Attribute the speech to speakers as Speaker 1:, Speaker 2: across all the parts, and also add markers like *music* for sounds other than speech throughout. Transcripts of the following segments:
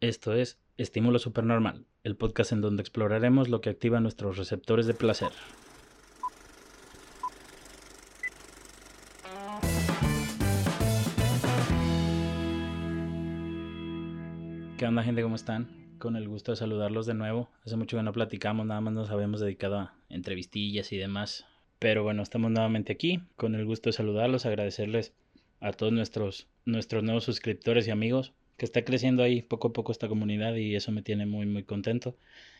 Speaker 1: Esto es Estímulo Supernormal, el podcast en donde exploraremos lo que activa nuestros receptores de placer. ¿Qué onda gente? ¿Cómo están? Con el gusto de saludarlos de nuevo. Hace mucho que no platicamos, nada más nos habíamos dedicado a entrevistillas y demás. Pero bueno, estamos nuevamente aquí. Con el gusto de saludarlos, agradecerles a todos nuestros, nuestros nuevos suscriptores y amigos que está creciendo ahí poco a poco esta comunidad y eso me tiene muy muy contento.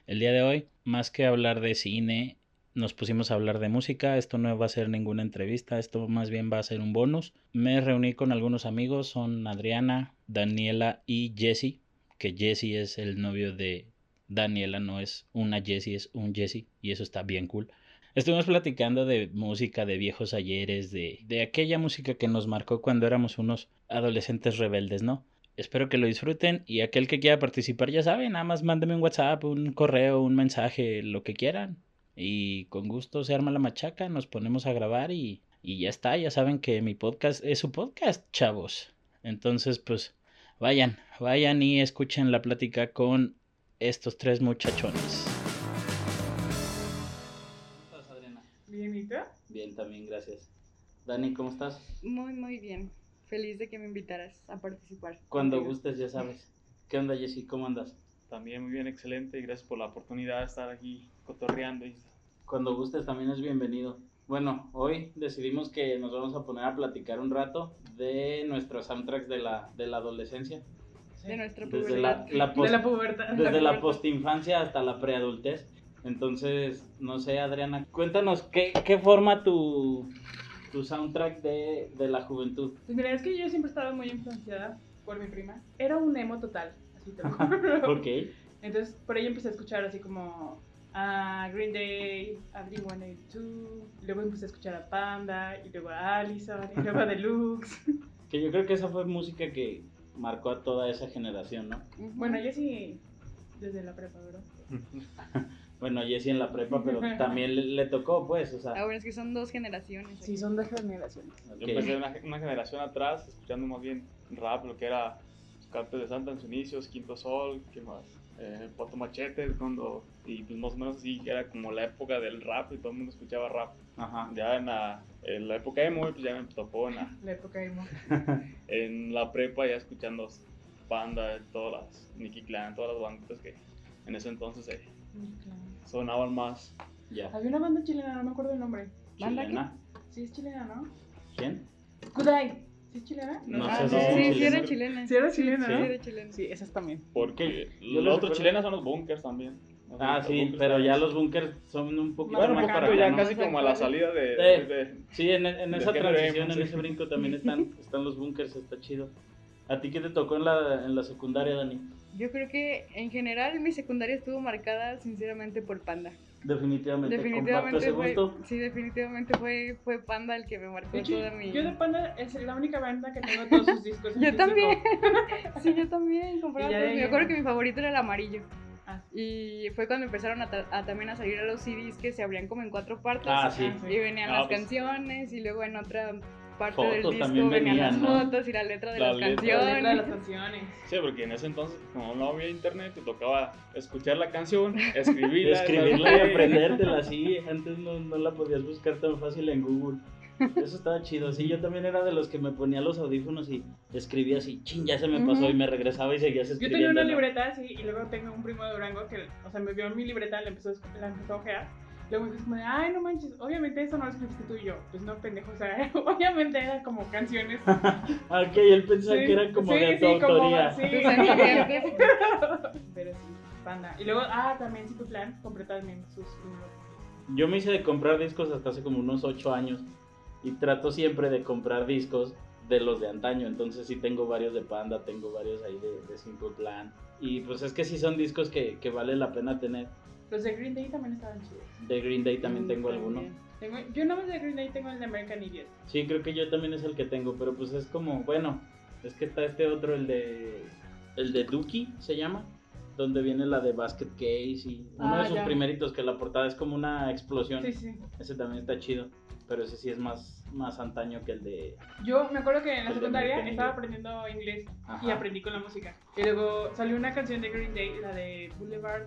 Speaker 1: El día de hoy, más que hablar de cine, nos pusimos a hablar de música, esto no va a ser ninguna entrevista, esto más bien va a ser un bonus. Me reuní con algunos amigos, son Adriana, Daniela y Jesse, que Jesse es el novio de Daniela, no es una Jesse, es un Jesse y eso está bien cool. Estuvimos platicando de música, de viejos ayeres, de, de aquella música que nos marcó cuando éramos unos adolescentes rebeldes, ¿no? espero que lo disfruten y aquel que quiera participar ya sabe, nada más mándeme un WhatsApp, un correo, un mensaje, lo que quieran. Y con gusto se arma la machaca, nos ponemos a grabar y, y ya está, ya saben que mi podcast es su podcast, chavos. Entonces, pues vayan, vayan y escuchen la plática con estos tres muchachones. ¿Cómo estás, Adriana?
Speaker 2: Bien, ¿y tú?
Speaker 1: Bien, también, gracias. Dani, ¿cómo estás?
Speaker 2: Muy, muy bien. Feliz de que me invitaras a participar.
Speaker 1: Cuando
Speaker 2: Contigo.
Speaker 1: gustes, ya sabes. ¿Qué onda, Jessy? ¿Cómo andas?
Speaker 3: También muy bien, excelente. Gracias por la oportunidad de estar aquí cotorreando. y-
Speaker 1: Cuando gustes también es bienvenido. Bueno, hoy decidimos que nos vamos a poner a platicar un rato de nuestros soundtracks de la, de la adolescencia.
Speaker 2: De nuestra
Speaker 1: Desde la,
Speaker 2: pubertad.
Speaker 1: la pos-
Speaker 4: De la pubertad.
Speaker 1: desde la postinfancia hasta la preadultez. Entonces, no sé, Adriana, cuéntanos qué, qué forma tu, tu soundtrack de, de la juventud.
Speaker 4: Pues mira, es que yo siempre estaba muy influenciada por mi prima. Era un emo total, así te lo
Speaker 1: *laughs*
Speaker 4: juro.
Speaker 1: Ok,
Speaker 4: Entonces, por ahí empecé a escuchar así como a Green Day, a Blink-182, y luego empecé a escuchar a Panda, y luego a Allison, y luego a Deluxe.
Speaker 1: que yo creo que esa fue música que marcó a toda esa generación, ¿no?
Speaker 2: *laughs* Ujú.
Speaker 4: Bueno, yo sí desde la prepa, ¿verdad?
Speaker 1: Bueno, Jessie en la prepa, pero también le, le tocó, pues, o
Speaker 2: Ah,
Speaker 1: sea.
Speaker 2: bueno, es que son dos generaciones.
Speaker 4: Sí, son dos generaciones.
Speaker 1: ok.
Speaker 3: Yo empecé una, una generación atrás, escuchando más bien rap, lo que era Cartel de Santa en sus inicios, Quinto Sol, ¿qué más? Eh, Poto Machete, cuando. Y pues más o menos así, era como la época del rap y todo el mundo escuchaba rap.
Speaker 1: Ajá.
Speaker 3: Ya en la, en la época emo, pues ya me tocó en la,
Speaker 4: La época emo.
Speaker 3: en la prepa, ya escuchando Panda, todas las Nicky Clan, todas las banditas que en ese entonces eh, sonaban más.
Speaker 1: Ya.
Speaker 4: Había una banda chilena, no me acuerdo el nombre.
Speaker 2: ¿Banda qué?
Speaker 1: Chilena.
Speaker 4: Sí es chilena, ¿no?
Speaker 1: ¿Quién?
Speaker 4: Kudai. ¿Sí es chilena?
Speaker 1: No sé
Speaker 2: Ah, sí,
Speaker 1: si son
Speaker 2: sí, sí,
Speaker 1: chilenos.
Speaker 2: era chilena.
Speaker 4: Sí era chilena,
Speaker 2: Sí,
Speaker 4: ¿no?
Speaker 2: era chilena.
Speaker 4: Sí, esas también.
Speaker 3: Porque
Speaker 1: Yo
Speaker 3: los
Speaker 1: lo
Speaker 3: otros
Speaker 1: recuerdo.
Speaker 3: chilenos son los bunkers también. Los
Speaker 1: Ah,
Speaker 3: bunkers-
Speaker 1: sí,
Speaker 3: bunkers
Speaker 1: pero
Speaker 3: también.
Speaker 1: ya los bunkers son un poquito
Speaker 3: Bueno, un
Speaker 1: más
Speaker 3: poquito
Speaker 1: para
Speaker 3: ya
Speaker 1: acá, ¿no?
Speaker 3: casi como a la salida de.
Speaker 1: Eh.
Speaker 3: de-
Speaker 1: Sí, en, en
Speaker 3: De
Speaker 1: esa
Speaker 3: que
Speaker 1: transición,
Speaker 3: veremos,
Speaker 1: en
Speaker 3: sí.
Speaker 1: ese brinco también están, están los bunkers, está chido. ¿A ti qué te tocó en la, en la secundaria, Dani?
Speaker 2: Yo creo que en general mi secundaria estuvo marcada sinceramente por Panda.
Speaker 1: Definitivamente, comparto
Speaker 2: Definitivamente
Speaker 1: ese
Speaker 2: fue,
Speaker 1: gusto.
Speaker 2: sí, definitivamente fue, fue Panda el que me marcó
Speaker 4: De hecho,
Speaker 2: toda mi.
Speaker 4: Yo de Panda es la única banda que tengo todos sus
Speaker 2: *laughs*
Speaker 4: discos. en
Speaker 2: Yo
Speaker 4: físico.
Speaker 2: también. Sí, yo también compraba
Speaker 4: *laughs* Y ya de
Speaker 2: todos. Me
Speaker 4: ahí-
Speaker 2: acuerdo que mi favorito era el amarillo.
Speaker 4: Ah.
Speaker 2: Y fue cuando empezaron a, ta- a también a salir a los CDs que se abrían como en cuatro partes.
Speaker 1: Ah, sí.
Speaker 4: Ah, sí.
Speaker 2: Y venían
Speaker 3: Ah,
Speaker 2: las
Speaker 3: pues.
Speaker 2: canciones y luego en otra parte
Speaker 1: Fotos
Speaker 2: del disco
Speaker 1: también
Speaker 2: venían, las
Speaker 1: venían, ¿no?
Speaker 2: fotos y la letra de
Speaker 3: La
Speaker 2: las
Speaker 3: letra.
Speaker 4: La
Speaker 2: canciones.
Speaker 4: letra de las canciones.
Speaker 3: Sí, porque en ese entonces, como no había internet, te tocaba escuchar
Speaker 1: *laughs*
Speaker 3: la canción, escribirla.
Speaker 1: Escribirla y
Speaker 3: ¿sabes?
Speaker 1: aprendértela, sí. Antes no, no la podías buscar tan fácil en Google. Eso estaba chido. Sí, yo también era de los que me ponía los audífonos y escribía así, ching, ya se me pasó
Speaker 2: Ujú.
Speaker 1: y me regresaba y seguías
Speaker 4: Yo
Speaker 1: escribiendo.
Speaker 4: tenía una
Speaker 1: ¿no?
Speaker 4: libreta así y luego tengo un primo de Durango que, o sea, me vio mi libreta, la empezó, a esc- la empezó a ojear. Luego me dijo como de, ay, no manches, obviamente eso no lo escribiste tú y yo. Pues no, pendejo, o sea, *laughs* obviamente eran como
Speaker 1: *laughs*
Speaker 4: canciones.
Speaker 1: Ah, ok, él pensaba
Speaker 4: Sí,
Speaker 1: que era como
Speaker 4: sí,
Speaker 1: de
Speaker 4: sí,
Speaker 1: tu
Speaker 4: como-
Speaker 1: autoría.
Speaker 4: sí.
Speaker 2: *laughs* Tus sentimientos.
Speaker 4: Pero sí, Panda. Y luego, ah, también City Plan compré también sus discos.
Speaker 1: Yo me hice de comprar discos hasta hace como unos 8 años y trato siempre de comprar discos de los de antaño, entonces sí tengo varios de Panda, tengo varios ahí de, de Simple Plan y pues es que sí son discos que, que vale la pena tener.
Speaker 4: Los de Green Day también estaban chidos.
Speaker 1: De Green Day
Speaker 4: Mm,
Speaker 1: también tengo alguno.
Speaker 4: Tengo, yo nada más de Green Day tengo el de American Idiot.
Speaker 1: Sí, creo que yo también es el que tengo, pero pues es como, bueno, es que está este otro, el de, el de Dookie se llama, donde viene la de Basket Case y uno
Speaker 4: Ah,
Speaker 1: de sus
Speaker 4: ya.
Speaker 1: primeritos que la portada es como una explosión.
Speaker 4: Sí, sí.
Speaker 1: Ese también está chido.
Speaker 5: Pero ese sí es más, más antaño que el de...
Speaker 4: Yo me acuerdo que en
Speaker 5: El
Speaker 4: la
Speaker 5: de
Speaker 4: secundaria
Speaker 5: American
Speaker 4: estaba
Speaker 5: Idiot.
Speaker 4: aprendiendo inglés
Speaker 5: Ajá,
Speaker 4: y aprendí con la música. Y luego salió una canción de Green Day, la de Boulevard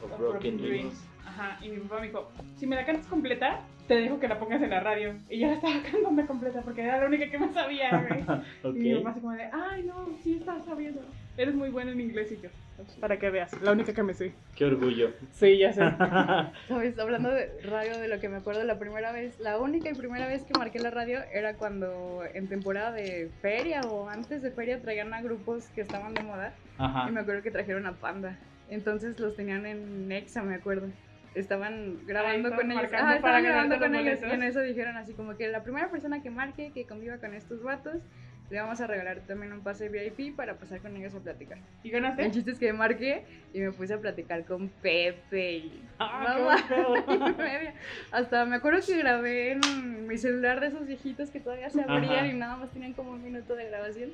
Speaker 5: o
Speaker 4: of
Speaker 5: Broken
Speaker 4: Broken
Speaker 5: Dreams.
Speaker 4: Dreams. Ajá, y mi papá me dijo, si me la cantas completa, te dejo que la pongas en la radio. Y yo la estaba *laughs* cantando completa porque era la única que me sabía,
Speaker 5: *laughs*
Speaker 4: güey.
Speaker 5: Ok.
Speaker 4: Y mi mamá así como de, ay no, sí estás sabiendo. Eres muy buena en inglés y yo, para que veas, la única que me sé.
Speaker 1: *laughs*
Speaker 5: Qué orgullo.
Speaker 4: Sí, ya sé.
Speaker 2: ¿Sabes? Hablando de radio, de lo que me acuerdo, la primera vez, la única y primera vez que marqué la radio era cuando en temporada de feria o antes de feria traían a grupos que estaban de moda
Speaker 1: Ah.
Speaker 2: y
Speaker 5: Ajá.
Speaker 2: me acuerdo que trajeron a Panda. Entonces los tenían en Nexa, me acuerdo. Estaban grabando
Speaker 4: estaban
Speaker 2: con ellos.
Speaker 4: marcando
Speaker 2: Ah,
Speaker 4: para
Speaker 2: estaban
Speaker 4: ganarte
Speaker 2: grabando con
Speaker 4: los
Speaker 2: ellos. Y
Speaker 4: boletos.
Speaker 2: en eso dijeron así como que la primera persona que marque, que conviva con estos vatos, le vamos a regalar también un pase VIP para pasar con ellos a platicar.
Speaker 4: *laughs* ¿Y
Speaker 2: El
Speaker 4: ganaste?
Speaker 2: chiste es que marqué y me puse a platicar con Pepe y *laughs*
Speaker 5: Ah, qué
Speaker 2: y
Speaker 5: buen
Speaker 4: *laughs*
Speaker 2: me
Speaker 5: pedo.
Speaker 2: había- Hasta me acuerdo que grabé en mi celular de esos viejitos que todavía se abrían
Speaker 5: Ajá.
Speaker 2: y nada más tenían como un minuto de grabación.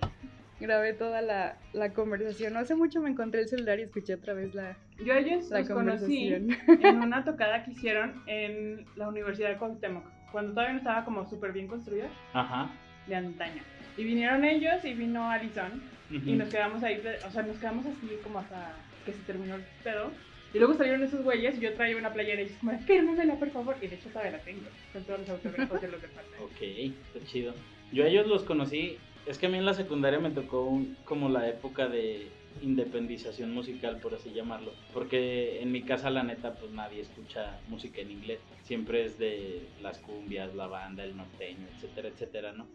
Speaker 2: Grabé toda la, la conversación. Hace mucho me encontré el celular y escuché otra vez la,
Speaker 4: Yo a ellos
Speaker 2: la
Speaker 4: los conocí
Speaker 2: conversación.
Speaker 4: en
Speaker 2: *laughs*
Speaker 4: una tocada que hicieron en la Universidad de Cuauhtémoc, cuando todavía no estaba como súper bien construida,
Speaker 5: Ajá.
Speaker 4: de antaño. Y vinieron ellos y vino Alison y
Speaker 5: Ujú.
Speaker 4: nos quedamos ahí, o sea, nos quedamos así como hasta que se terminó el pedo. Y luego salieron esos güeyes y yo traía una playera y ellos como, fírmamela, por favor. Y de hecho todavía la tengo, con todos los autógrafos de lo que falta.
Speaker 5: Ok, está chido. Yo a ellos los conocí, es que a mí en la secundaria me tocó un- como la época de independización musical, por así llamarlo. Porque en mi casa, la neta, pues nadie escucha música en inglés. Siempre es de las cumbias, la banda, el norteño, etcétera, etcétera, ¿no?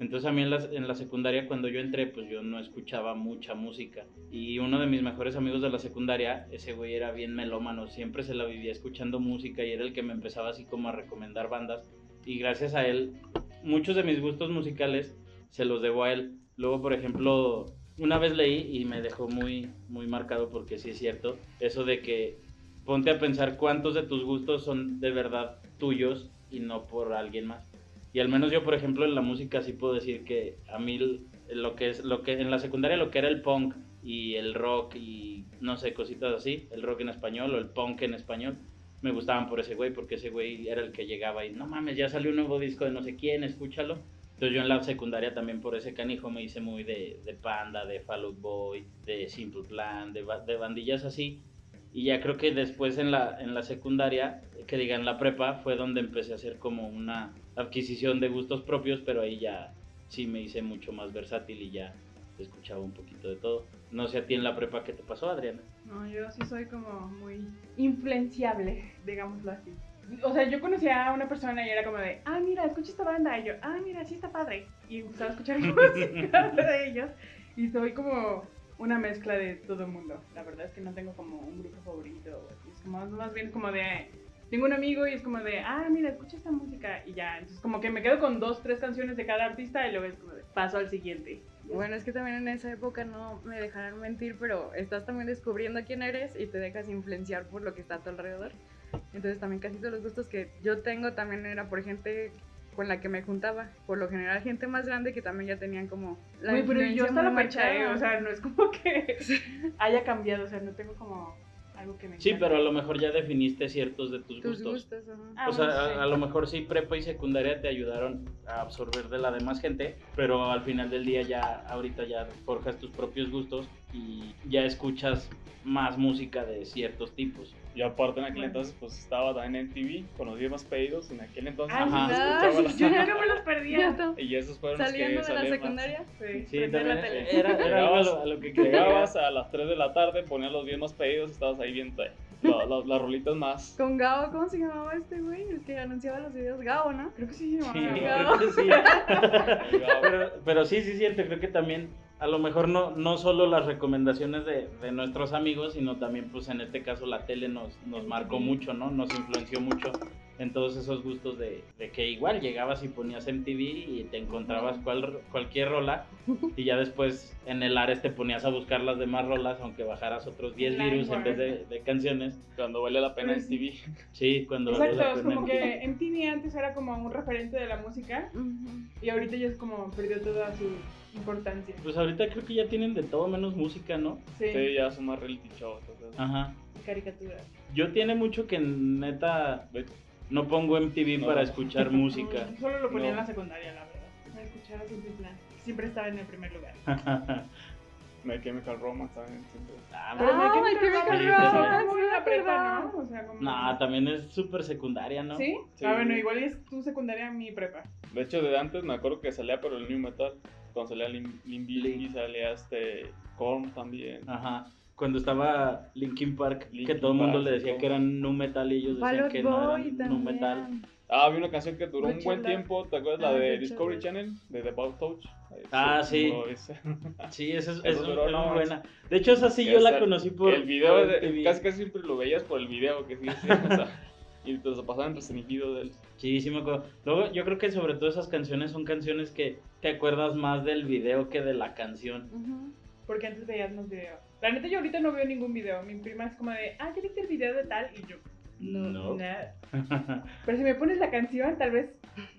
Speaker 5: Entonces a mí en la, en la secundaria cuando yo entré, pues yo no escuchaba mucha música. Y uno de mis mejores amigos de la secundaria, ese güey era bien melómano, siempre se la vivía escuchando música y era el que me empezaba así como a recomendar bandas. Y gracias a él, muchos de mis gustos musicales se los debo a él. Luego, por ejemplo, una vez leí y me dejó muy, muy marcado porque sí es cierto, eso de que ponte a pensar cuántos de tus gustos son de verdad tuyos y no por alguien más. Y al menos yo, por ejemplo, en la música sí puedo decir que a mí l- lo que es lo que en la secundaria lo que era el punk y el rock y no sé, cositas así, el rock en español o el punk en español, me gustaban por ese güey porque ese güey era el que llegaba y no mames, ya salió un nuevo disco de no sé quién, escúchalo. Entonces yo en la secundaria también por ese canijo me hice muy de, de Panda, de Fall Out Boy, de Simple Plan, de, ba- de bandillas así. Y ya creo que después en la, en la secundaria, que diga en la prepa, fue donde empecé a hacer como una adquisición de gustos propios, pero ahí ya sí me hice mucho más versátil y ya escuchaba un poquito de todo. No sé a ti en la prepa qué te pasó, Adriana.
Speaker 4: No, yo sí soy como muy influenciable, *laughs* digámoslo así. O sea, yo conocía a una persona y era como de, ah, mira, escucha esta banda. Y yo, ah, mira, sí está padre. Y empezaba a escuchar *laughs* música de ellos. Y soy como una mezcla de todo el mundo. La verdad es que no tengo como un grupo favorito. Es como, más bien como de, tengo un amigo y es como de, ah, mira, escucha esta música. Y ya, entonces como que me quedo con dos, tres canciones de cada artista y luego es como de, paso al siguiente.
Speaker 2: Bueno, es que también en esa época no me dejarán mentir, pero estás también descubriendo quién eres y te dejas influenciar por lo que está a tu alrededor. Entonces también casi todos los gustos que yo tengo también era por gente con la que me juntaba, por lo general gente más grande que también ya tenían como la
Speaker 4: Güey, pero yo
Speaker 2: influencia
Speaker 4: hasta
Speaker 2: muy
Speaker 4: la fecha,
Speaker 2: marcada.
Speaker 4: eh, o sea, no es como que *laughs* haya cambiado, o sea, no tengo como algo que me
Speaker 5: Sí,
Speaker 4: encante.
Speaker 5: pero a lo mejor ya definiste ciertos de tus,
Speaker 2: tus
Speaker 5: gustos.
Speaker 2: gustos, ajá.
Speaker 4: Ah,
Speaker 5: o sea,
Speaker 4: bueno, sí.
Speaker 5: a, a lo mejor sí prepa y secundaria te ayudaron a absorber de la demás gente, pero al final del día ya, ahorita ya forjas tus propios gustos y ya escuchas más música de ciertos tipos.
Speaker 3: Yo aparte en aquel
Speaker 4: Bueno.
Speaker 3: entonces pues estaba también en TV, conocí más pedidos en aquel entonces.
Speaker 4: Ah,
Speaker 5: Ajá.
Speaker 3: escuchaba
Speaker 4: Yo
Speaker 3: las-
Speaker 4: nunca me los perdía.
Speaker 3: Y esos fueron los que
Speaker 2: Saliendo de la
Speaker 3: salían más.
Speaker 2: secundaria,
Speaker 4: Sí,
Speaker 5: Sí,
Speaker 4: prendía
Speaker 5: también
Speaker 4: la tele.
Speaker 5: era, era algo a lo, a lo que llegabas.
Speaker 3: Llegabas a las 3 de la tarde, ponías los 10 más pedidos, estabas ahí viendo eh, la- la- las
Speaker 1: *laughs*
Speaker 3: rolitas más.
Speaker 2: con Gao, ¿cómo se llamaba este güey? El que anunciaba los videos, Gao, ¿no?
Speaker 4: Creo que sí,
Speaker 5: *laughs* Sí,
Speaker 4: mamá.
Speaker 5: creo que sí. *laughs*
Speaker 4: *laughs*
Speaker 3: Llegaba-
Speaker 5: pero, pero sí, sí, cierto. Creo que también, a lo mejor no, no solo las recomendaciones de, de nuestros amigos, sino también, pues en este caso, la tele nos, nos marcó mucho, ¿no? Nos influenció mucho en todos esos gustos de, de que igual llegabas y ponías MTV y te encontrabas cual- cualquier rola y ya después en el Ares te ponías a buscar las demás rolas, aunque bajaras otros 10
Speaker 4: Line
Speaker 5: virus en
Speaker 4: Word.
Speaker 5: vez de, de canciones.
Speaker 3: Cuando vale la pena
Speaker 4: Pero
Speaker 3: en TV.
Speaker 5: Sí, cuando...
Speaker 4: Exacto, es
Speaker 5: cuando-
Speaker 4: como que MTV antes era como un referente de la música y ahorita ya es como perdió toda su importancia.
Speaker 5: Pues ahorita creo que ya tienen de todo menos música, ¿no?
Speaker 4: Sí,
Speaker 3: Sí, ya son más reality shows. entonces,
Speaker 5: Ajá.
Speaker 4: caricaturas.
Speaker 5: Yo tiene mucho que neta eh,
Speaker 3: de-
Speaker 5: No pongo MTV
Speaker 3: No.
Speaker 5: para escuchar
Speaker 3: *laughs*
Speaker 5: música.
Speaker 4: Mm, Solo lo ponía en
Speaker 5: No.
Speaker 4: la secundaria, la verdad. Me escuchaba siempre plan. Siempre estaba en el primer lugar.
Speaker 3: My Chemical Romance también siempre.
Speaker 5: *laughs* Ah,
Speaker 2: Ah, My Chemical
Speaker 5: Romance,
Speaker 4: Muy en la
Speaker 2: es
Speaker 4: prepa,
Speaker 2: verdad.
Speaker 4: ¿no? O sea, como...
Speaker 5: no, también es súper secundaria, ¿no?
Speaker 4: ¿Sí?
Speaker 3: Sí.
Speaker 4: Ah, bueno, igual es tu secundaria, mi prepa.
Speaker 3: De hecho, de antes me acuerdo que salía pero el New Metal. Cuando salía Lim- Limp Bizkit, salía este Korn también.
Speaker 5: Ajá. Cuando estaba Linkin Park, que
Speaker 3: Linkin
Speaker 5: todo el mundo
Speaker 3: Park,
Speaker 5: le decía
Speaker 3: ¿no?
Speaker 5: que eran nu metal y ellos decían
Speaker 2: Fallout
Speaker 5: que no
Speaker 2: Boy
Speaker 5: eran nu
Speaker 2: también.
Speaker 5: metal.
Speaker 3: Ah, había una canción que duró un
Speaker 2: Good
Speaker 3: buen
Speaker 2: Luck.
Speaker 3: tiempo. ¿Te acuerdas
Speaker 2: Ah,
Speaker 3: la de
Speaker 2: Good
Speaker 3: Discovery
Speaker 2: Luck.
Speaker 3: Channel? De The Bob Touch. Ahí
Speaker 5: Ah,
Speaker 3: sí,
Speaker 5: sí.
Speaker 3: no, esa.
Speaker 5: Sí, esa es,
Speaker 3: Eso
Speaker 5: es un-
Speaker 3: duró
Speaker 5: era
Speaker 3: nada
Speaker 5: muy
Speaker 3: más.
Speaker 5: buena. De hecho, esa sí
Speaker 3: Que
Speaker 5: yo la
Speaker 3: esa-
Speaker 5: conocí por
Speaker 3: El video,
Speaker 5: por
Speaker 3: de-
Speaker 5: MTV.
Speaker 3: casi casi siempre lo veías por el video que sí, sí, o sea, y te lo pasaban restringido del.
Speaker 5: Sí, sí me acuerdo. Luego, yo creo que sobre todo esas canciones son canciones que te acuerdas más del video que de la canción.
Speaker 2: Ujú. *laughs*
Speaker 4: Porque antes veías más videos. La neta, yo ahorita no veo ningún video. Mi prima es como de, ah, ¿ya viste el video de tal? Y yo,
Speaker 5: No.
Speaker 4: Nada.
Speaker 5: *laughs*
Speaker 4: Pero si me pones la canción, tal vez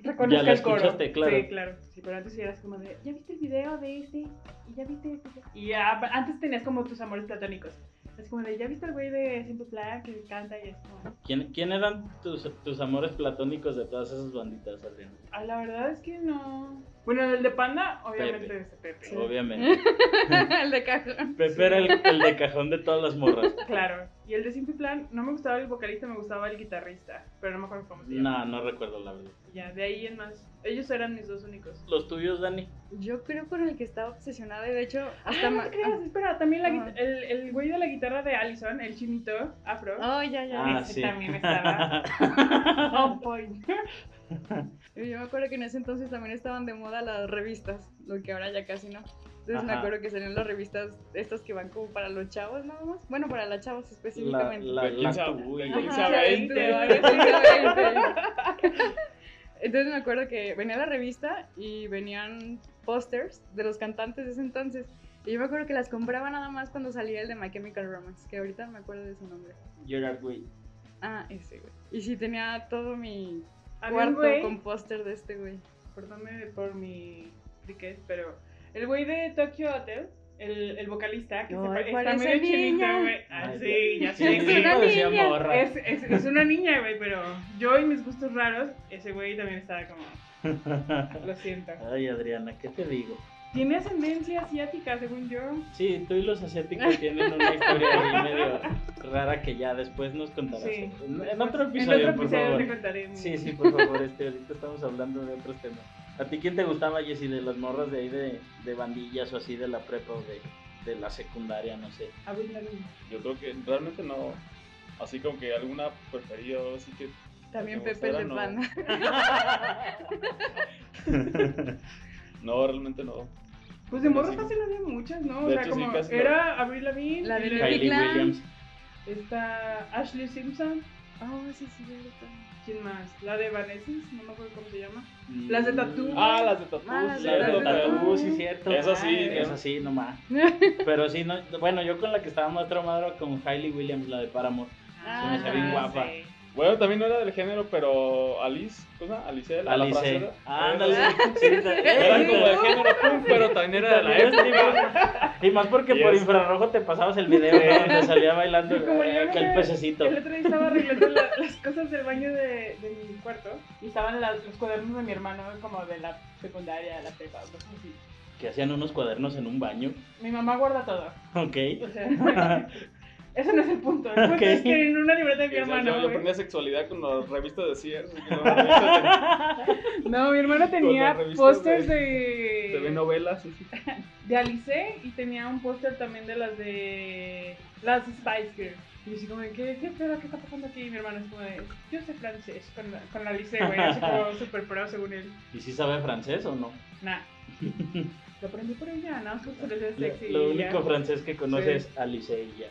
Speaker 4: reconozca
Speaker 5: Ya la
Speaker 4: el coro.
Speaker 5: escuchaste, claro.
Speaker 4: Sí, claro. Sí, pero antes sí eras como de, ¿ya viste el video de este? Y ya viste este. Y ya, antes tenías como tus amores platónicos. Es como de, ¿ya viste el güey de Simple Plan que canta y es como...
Speaker 5: ¿Quién, quién eran tus, tus amores platónicos de todas esas banditas, Adriana?
Speaker 4: Ah, la verdad es que no... Bueno, el de Panda, obviamente,
Speaker 5: Pepe.
Speaker 4: es Pepe. *laughs*
Speaker 5: Obviamente.
Speaker 2: el de cajón.
Speaker 5: Pepe era el, el de cajón de todas las morras.
Speaker 4: Claro. Y el de Simple Plan, no me gustaba el vocalista, me gustaba el guitarrista. Pero no me acuerdo cómo se
Speaker 5: No,
Speaker 4: llama.
Speaker 5: no recuerdo la verdad.
Speaker 4: Ya, de ahí en más. Ellos eran mis dos únicos.
Speaker 5: ¿Los tuyos, Dani?
Speaker 2: Yo creo con el que estaba obsesionada y de hecho hasta
Speaker 4: Ah, no
Speaker 2: ma-
Speaker 4: te creas, espera, también la
Speaker 2: Ajá.
Speaker 4: guita- el, el güey de la guitarra de Allison, el chinito, afro.
Speaker 2: *laughs* Oh, ya, ya.
Speaker 5: Ah,
Speaker 4: ese
Speaker 5: sí. *laughs*
Speaker 4: también estaba. *laughs* On point.
Speaker 2: Y Yo me acuerdo que en ese entonces también estaban de moda las revistas, lo que ahora ya casi no. Entonces me
Speaker 5: Ajá.
Speaker 2: acuerdo que salían las revistas estas que van como para los chavos nada más. Bueno, para las chavas
Speaker 5: La,
Speaker 2: específicamente.
Speaker 5: la,
Speaker 3: De
Speaker 5: la
Speaker 3: 15 a-
Speaker 5: tuya.
Speaker 3: de
Speaker 2: Ajá,
Speaker 3: 15 a
Speaker 2: de
Speaker 3: 20.
Speaker 2: 20, a 20. *laughs* Entonces me acuerdo que venía la revista y venían pósters de los cantantes de ese entonces. Y yo me acuerdo que las compraba nada más cuando salía el de My Chemical Romance, que ahorita no me acuerdo de su nombre.
Speaker 5: Gerard Way.
Speaker 2: Ah, ese güey. Y sí tenía todo mi
Speaker 4: Había un
Speaker 2: cuarto
Speaker 4: güey,
Speaker 2: con póster de este güey.
Speaker 4: perdóname por mi friquez, pero el güey de Tokyo Hotel, el, el vocalista, que se
Speaker 2: Ay,
Speaker 4: pare- está
Speaker 2: parece
Speaker 4: medio chinito,
Speaker 2: niña.
Speaker 4: güey. Ah, sí, ya
Speaker 5: Sí,
Speaker 4: sé.
Speaker 5: sí,
Speaker 2: Es una
Speaker 5: parecía
Speaker 2: niña.
Speaker 5: morra.
Speaker 4: Es, es, es una niña, güey, pero yo y mis gustos raros, ese güey también estaba como, lo siento.
Speaker 5: *laughs* Ay, Adriana, ¿qué te digo?
Speaker 4: Tiene ascendencia asiática, según yo.
Speaker 5: Sí, tú y los
Speaker 4: *laughs*
Speaker 5: asiáticos tienen una historia ahí medio rara que ya después nos contarás.
Speaker 4: Sí.
Speaker 5: En, en otro episodio,
Speaker 4: en otro
Speaker 5: por
Speaker 4: episodio
Speaker 5: favor.
Speaker 4: te contaré. mi-
Speaker 5: Sí, sí, por favor, este, ahorita estamos hablando de otros temas. ¿A ti quién te gustaba, Jessy, de las morras de ahí de, de bandillas o así de la prepa o de, de la secundaria, no sé?
Speaker 4: Avril Lavigne.
Speaker 3: Yo creo que realmente no. Así como que alguna preferida, ahora sí que.
Speaker 2: También
Speaker 3: que me
Speaker 2: Pepe el de
Speaker 3: gustara, no.
Speaker 2: Panda. *laughs*
Speaker 3: No, realmente no.
Speaker 4: Pues de morro
Speaker 3: Sí.
Speaker 4: casi no había muchas, ¿no?
Speaker 3: De
Speaker 4: o sea,
Speaker 3: hecho, sí,
Speaker 4: como
Speaker 3: casi no.
Speaker 4: era Avril Lavigne,
Speaker 2: La de
Speaker 4: era-
Speaker 2: Kylie.
Speaker 5: Hailey
Speaker 2: Clan.
Speaker 5: Williams.
Speaker 4: está Ashley Simpson,
Speaker 2: Oh, sí, sí, ya lo tengo.
Speaker 4: ¿quién más? La de Vanessens, no me acuerdo cómo se llama.
Speaker 5: Mm.
Speaker 4: Las de Tatú.
Speaker 3: Ah, las de Tatú.
Speaker 2: Ah, las
Speaker 3: sí,
Speaker 5: La de Ah,
Speaker 2: Tatú.
Speaker 5: Tatú, Uh, sí, cierto.
Speaker 3: Eso
Speaker 4: sí,
Speaker 5: eso sí,
Speaker 3: *laughs*
Speaker 5: nomás. Pero sí, no, bueno, yo con la que estaba más traumado era con Hailey Williams, la de Paramore.
Speaker 2: Ah,
Speaker 5: se me hace bien
Speaker 4: sí.
Speaker 5: guapa.
Speaker 3: Bueno, también no era del género, pero Alice, ¿cosa? Alice, la, la
Speaker 5: Alice.
Speaker 3: francesa.
Speaker 5: Ándale.
Speaker 3: Era-
Speaker 5: Sí, ta-
Speaker 3: Ah. *laughs* Era
Speaker 5: sí,
Speaker 3: como del
Speaker 5: ta-
Speaker 3: género punk, pero también era de la
Speaker 5: también
Speaker 3: época.
Speaker 5: es tipo- *laughs* Y más porque
Speaker 3: Y
Speaker 5: por
Speaker 3: es-
Speaker 5: infrarrojo te pasabas el video ¿no? donde salía bailando
Speaker 4: Como yo
Speaker 5: eh,
Speaker 4: no
Speaker 5: aquel
Speaker 4: sé,
Speaker 5: pececito.
Speaker 4: El otro día estaba arreglando la- las cosas del baño de, de mi cuarto y estaban la- los cuadernos de mi hermano como de la secundaria, la prepa, cosas así.
Speaker 5: Que hacían unos cuadernos en un baño.
Speaker 4: Mi mamá guarda todo.
Speaker 5: Ok.
Speaker 4: O sea, *laughs* eso no es el punto. El punto
Speaker 5: Ok.
Speaker 4: es que en una libreta de mi
Speaker 3: Yo- yo-
Speaker 4: hermano.
Speaker 3: Yo
Speaker 4: güey.
Speaker 3: aprendí sexualidad con las revistas de Sears.
Speaker 5: *laughs*
Speaker 3: con las revistas
Speaker 4: No, mi hermano tenía
Speaker 3: Con la revista
Speaker 4: pósters
Speaker 3: de-
Speaker 4: de.
Speaker 3: de- de novelas. sí, sí.
Speaker 4: de Alice y tenía un póster también de las de las Spice Girls. Y yo así como de, ¿qué, qué pedo? ¿Qué está pasando aquí? Y mi hermano es como de, yo sé francés con la, con la Alice, güey. Así como súper pro según él.
Speaker 5: ¿Y si sabe francés o no? *laughs*
Speaker 4: Nah. Lo aprendí por ella, nada más que se les ve
Speaker 5: Lo-
Speaker 4: sexy.
Speaker 5: Lo
Speaker 4: y ya.
Speaker 5: único francés que conoce
Speaker 4: Sí.
Speaker 5: es Alice y ya.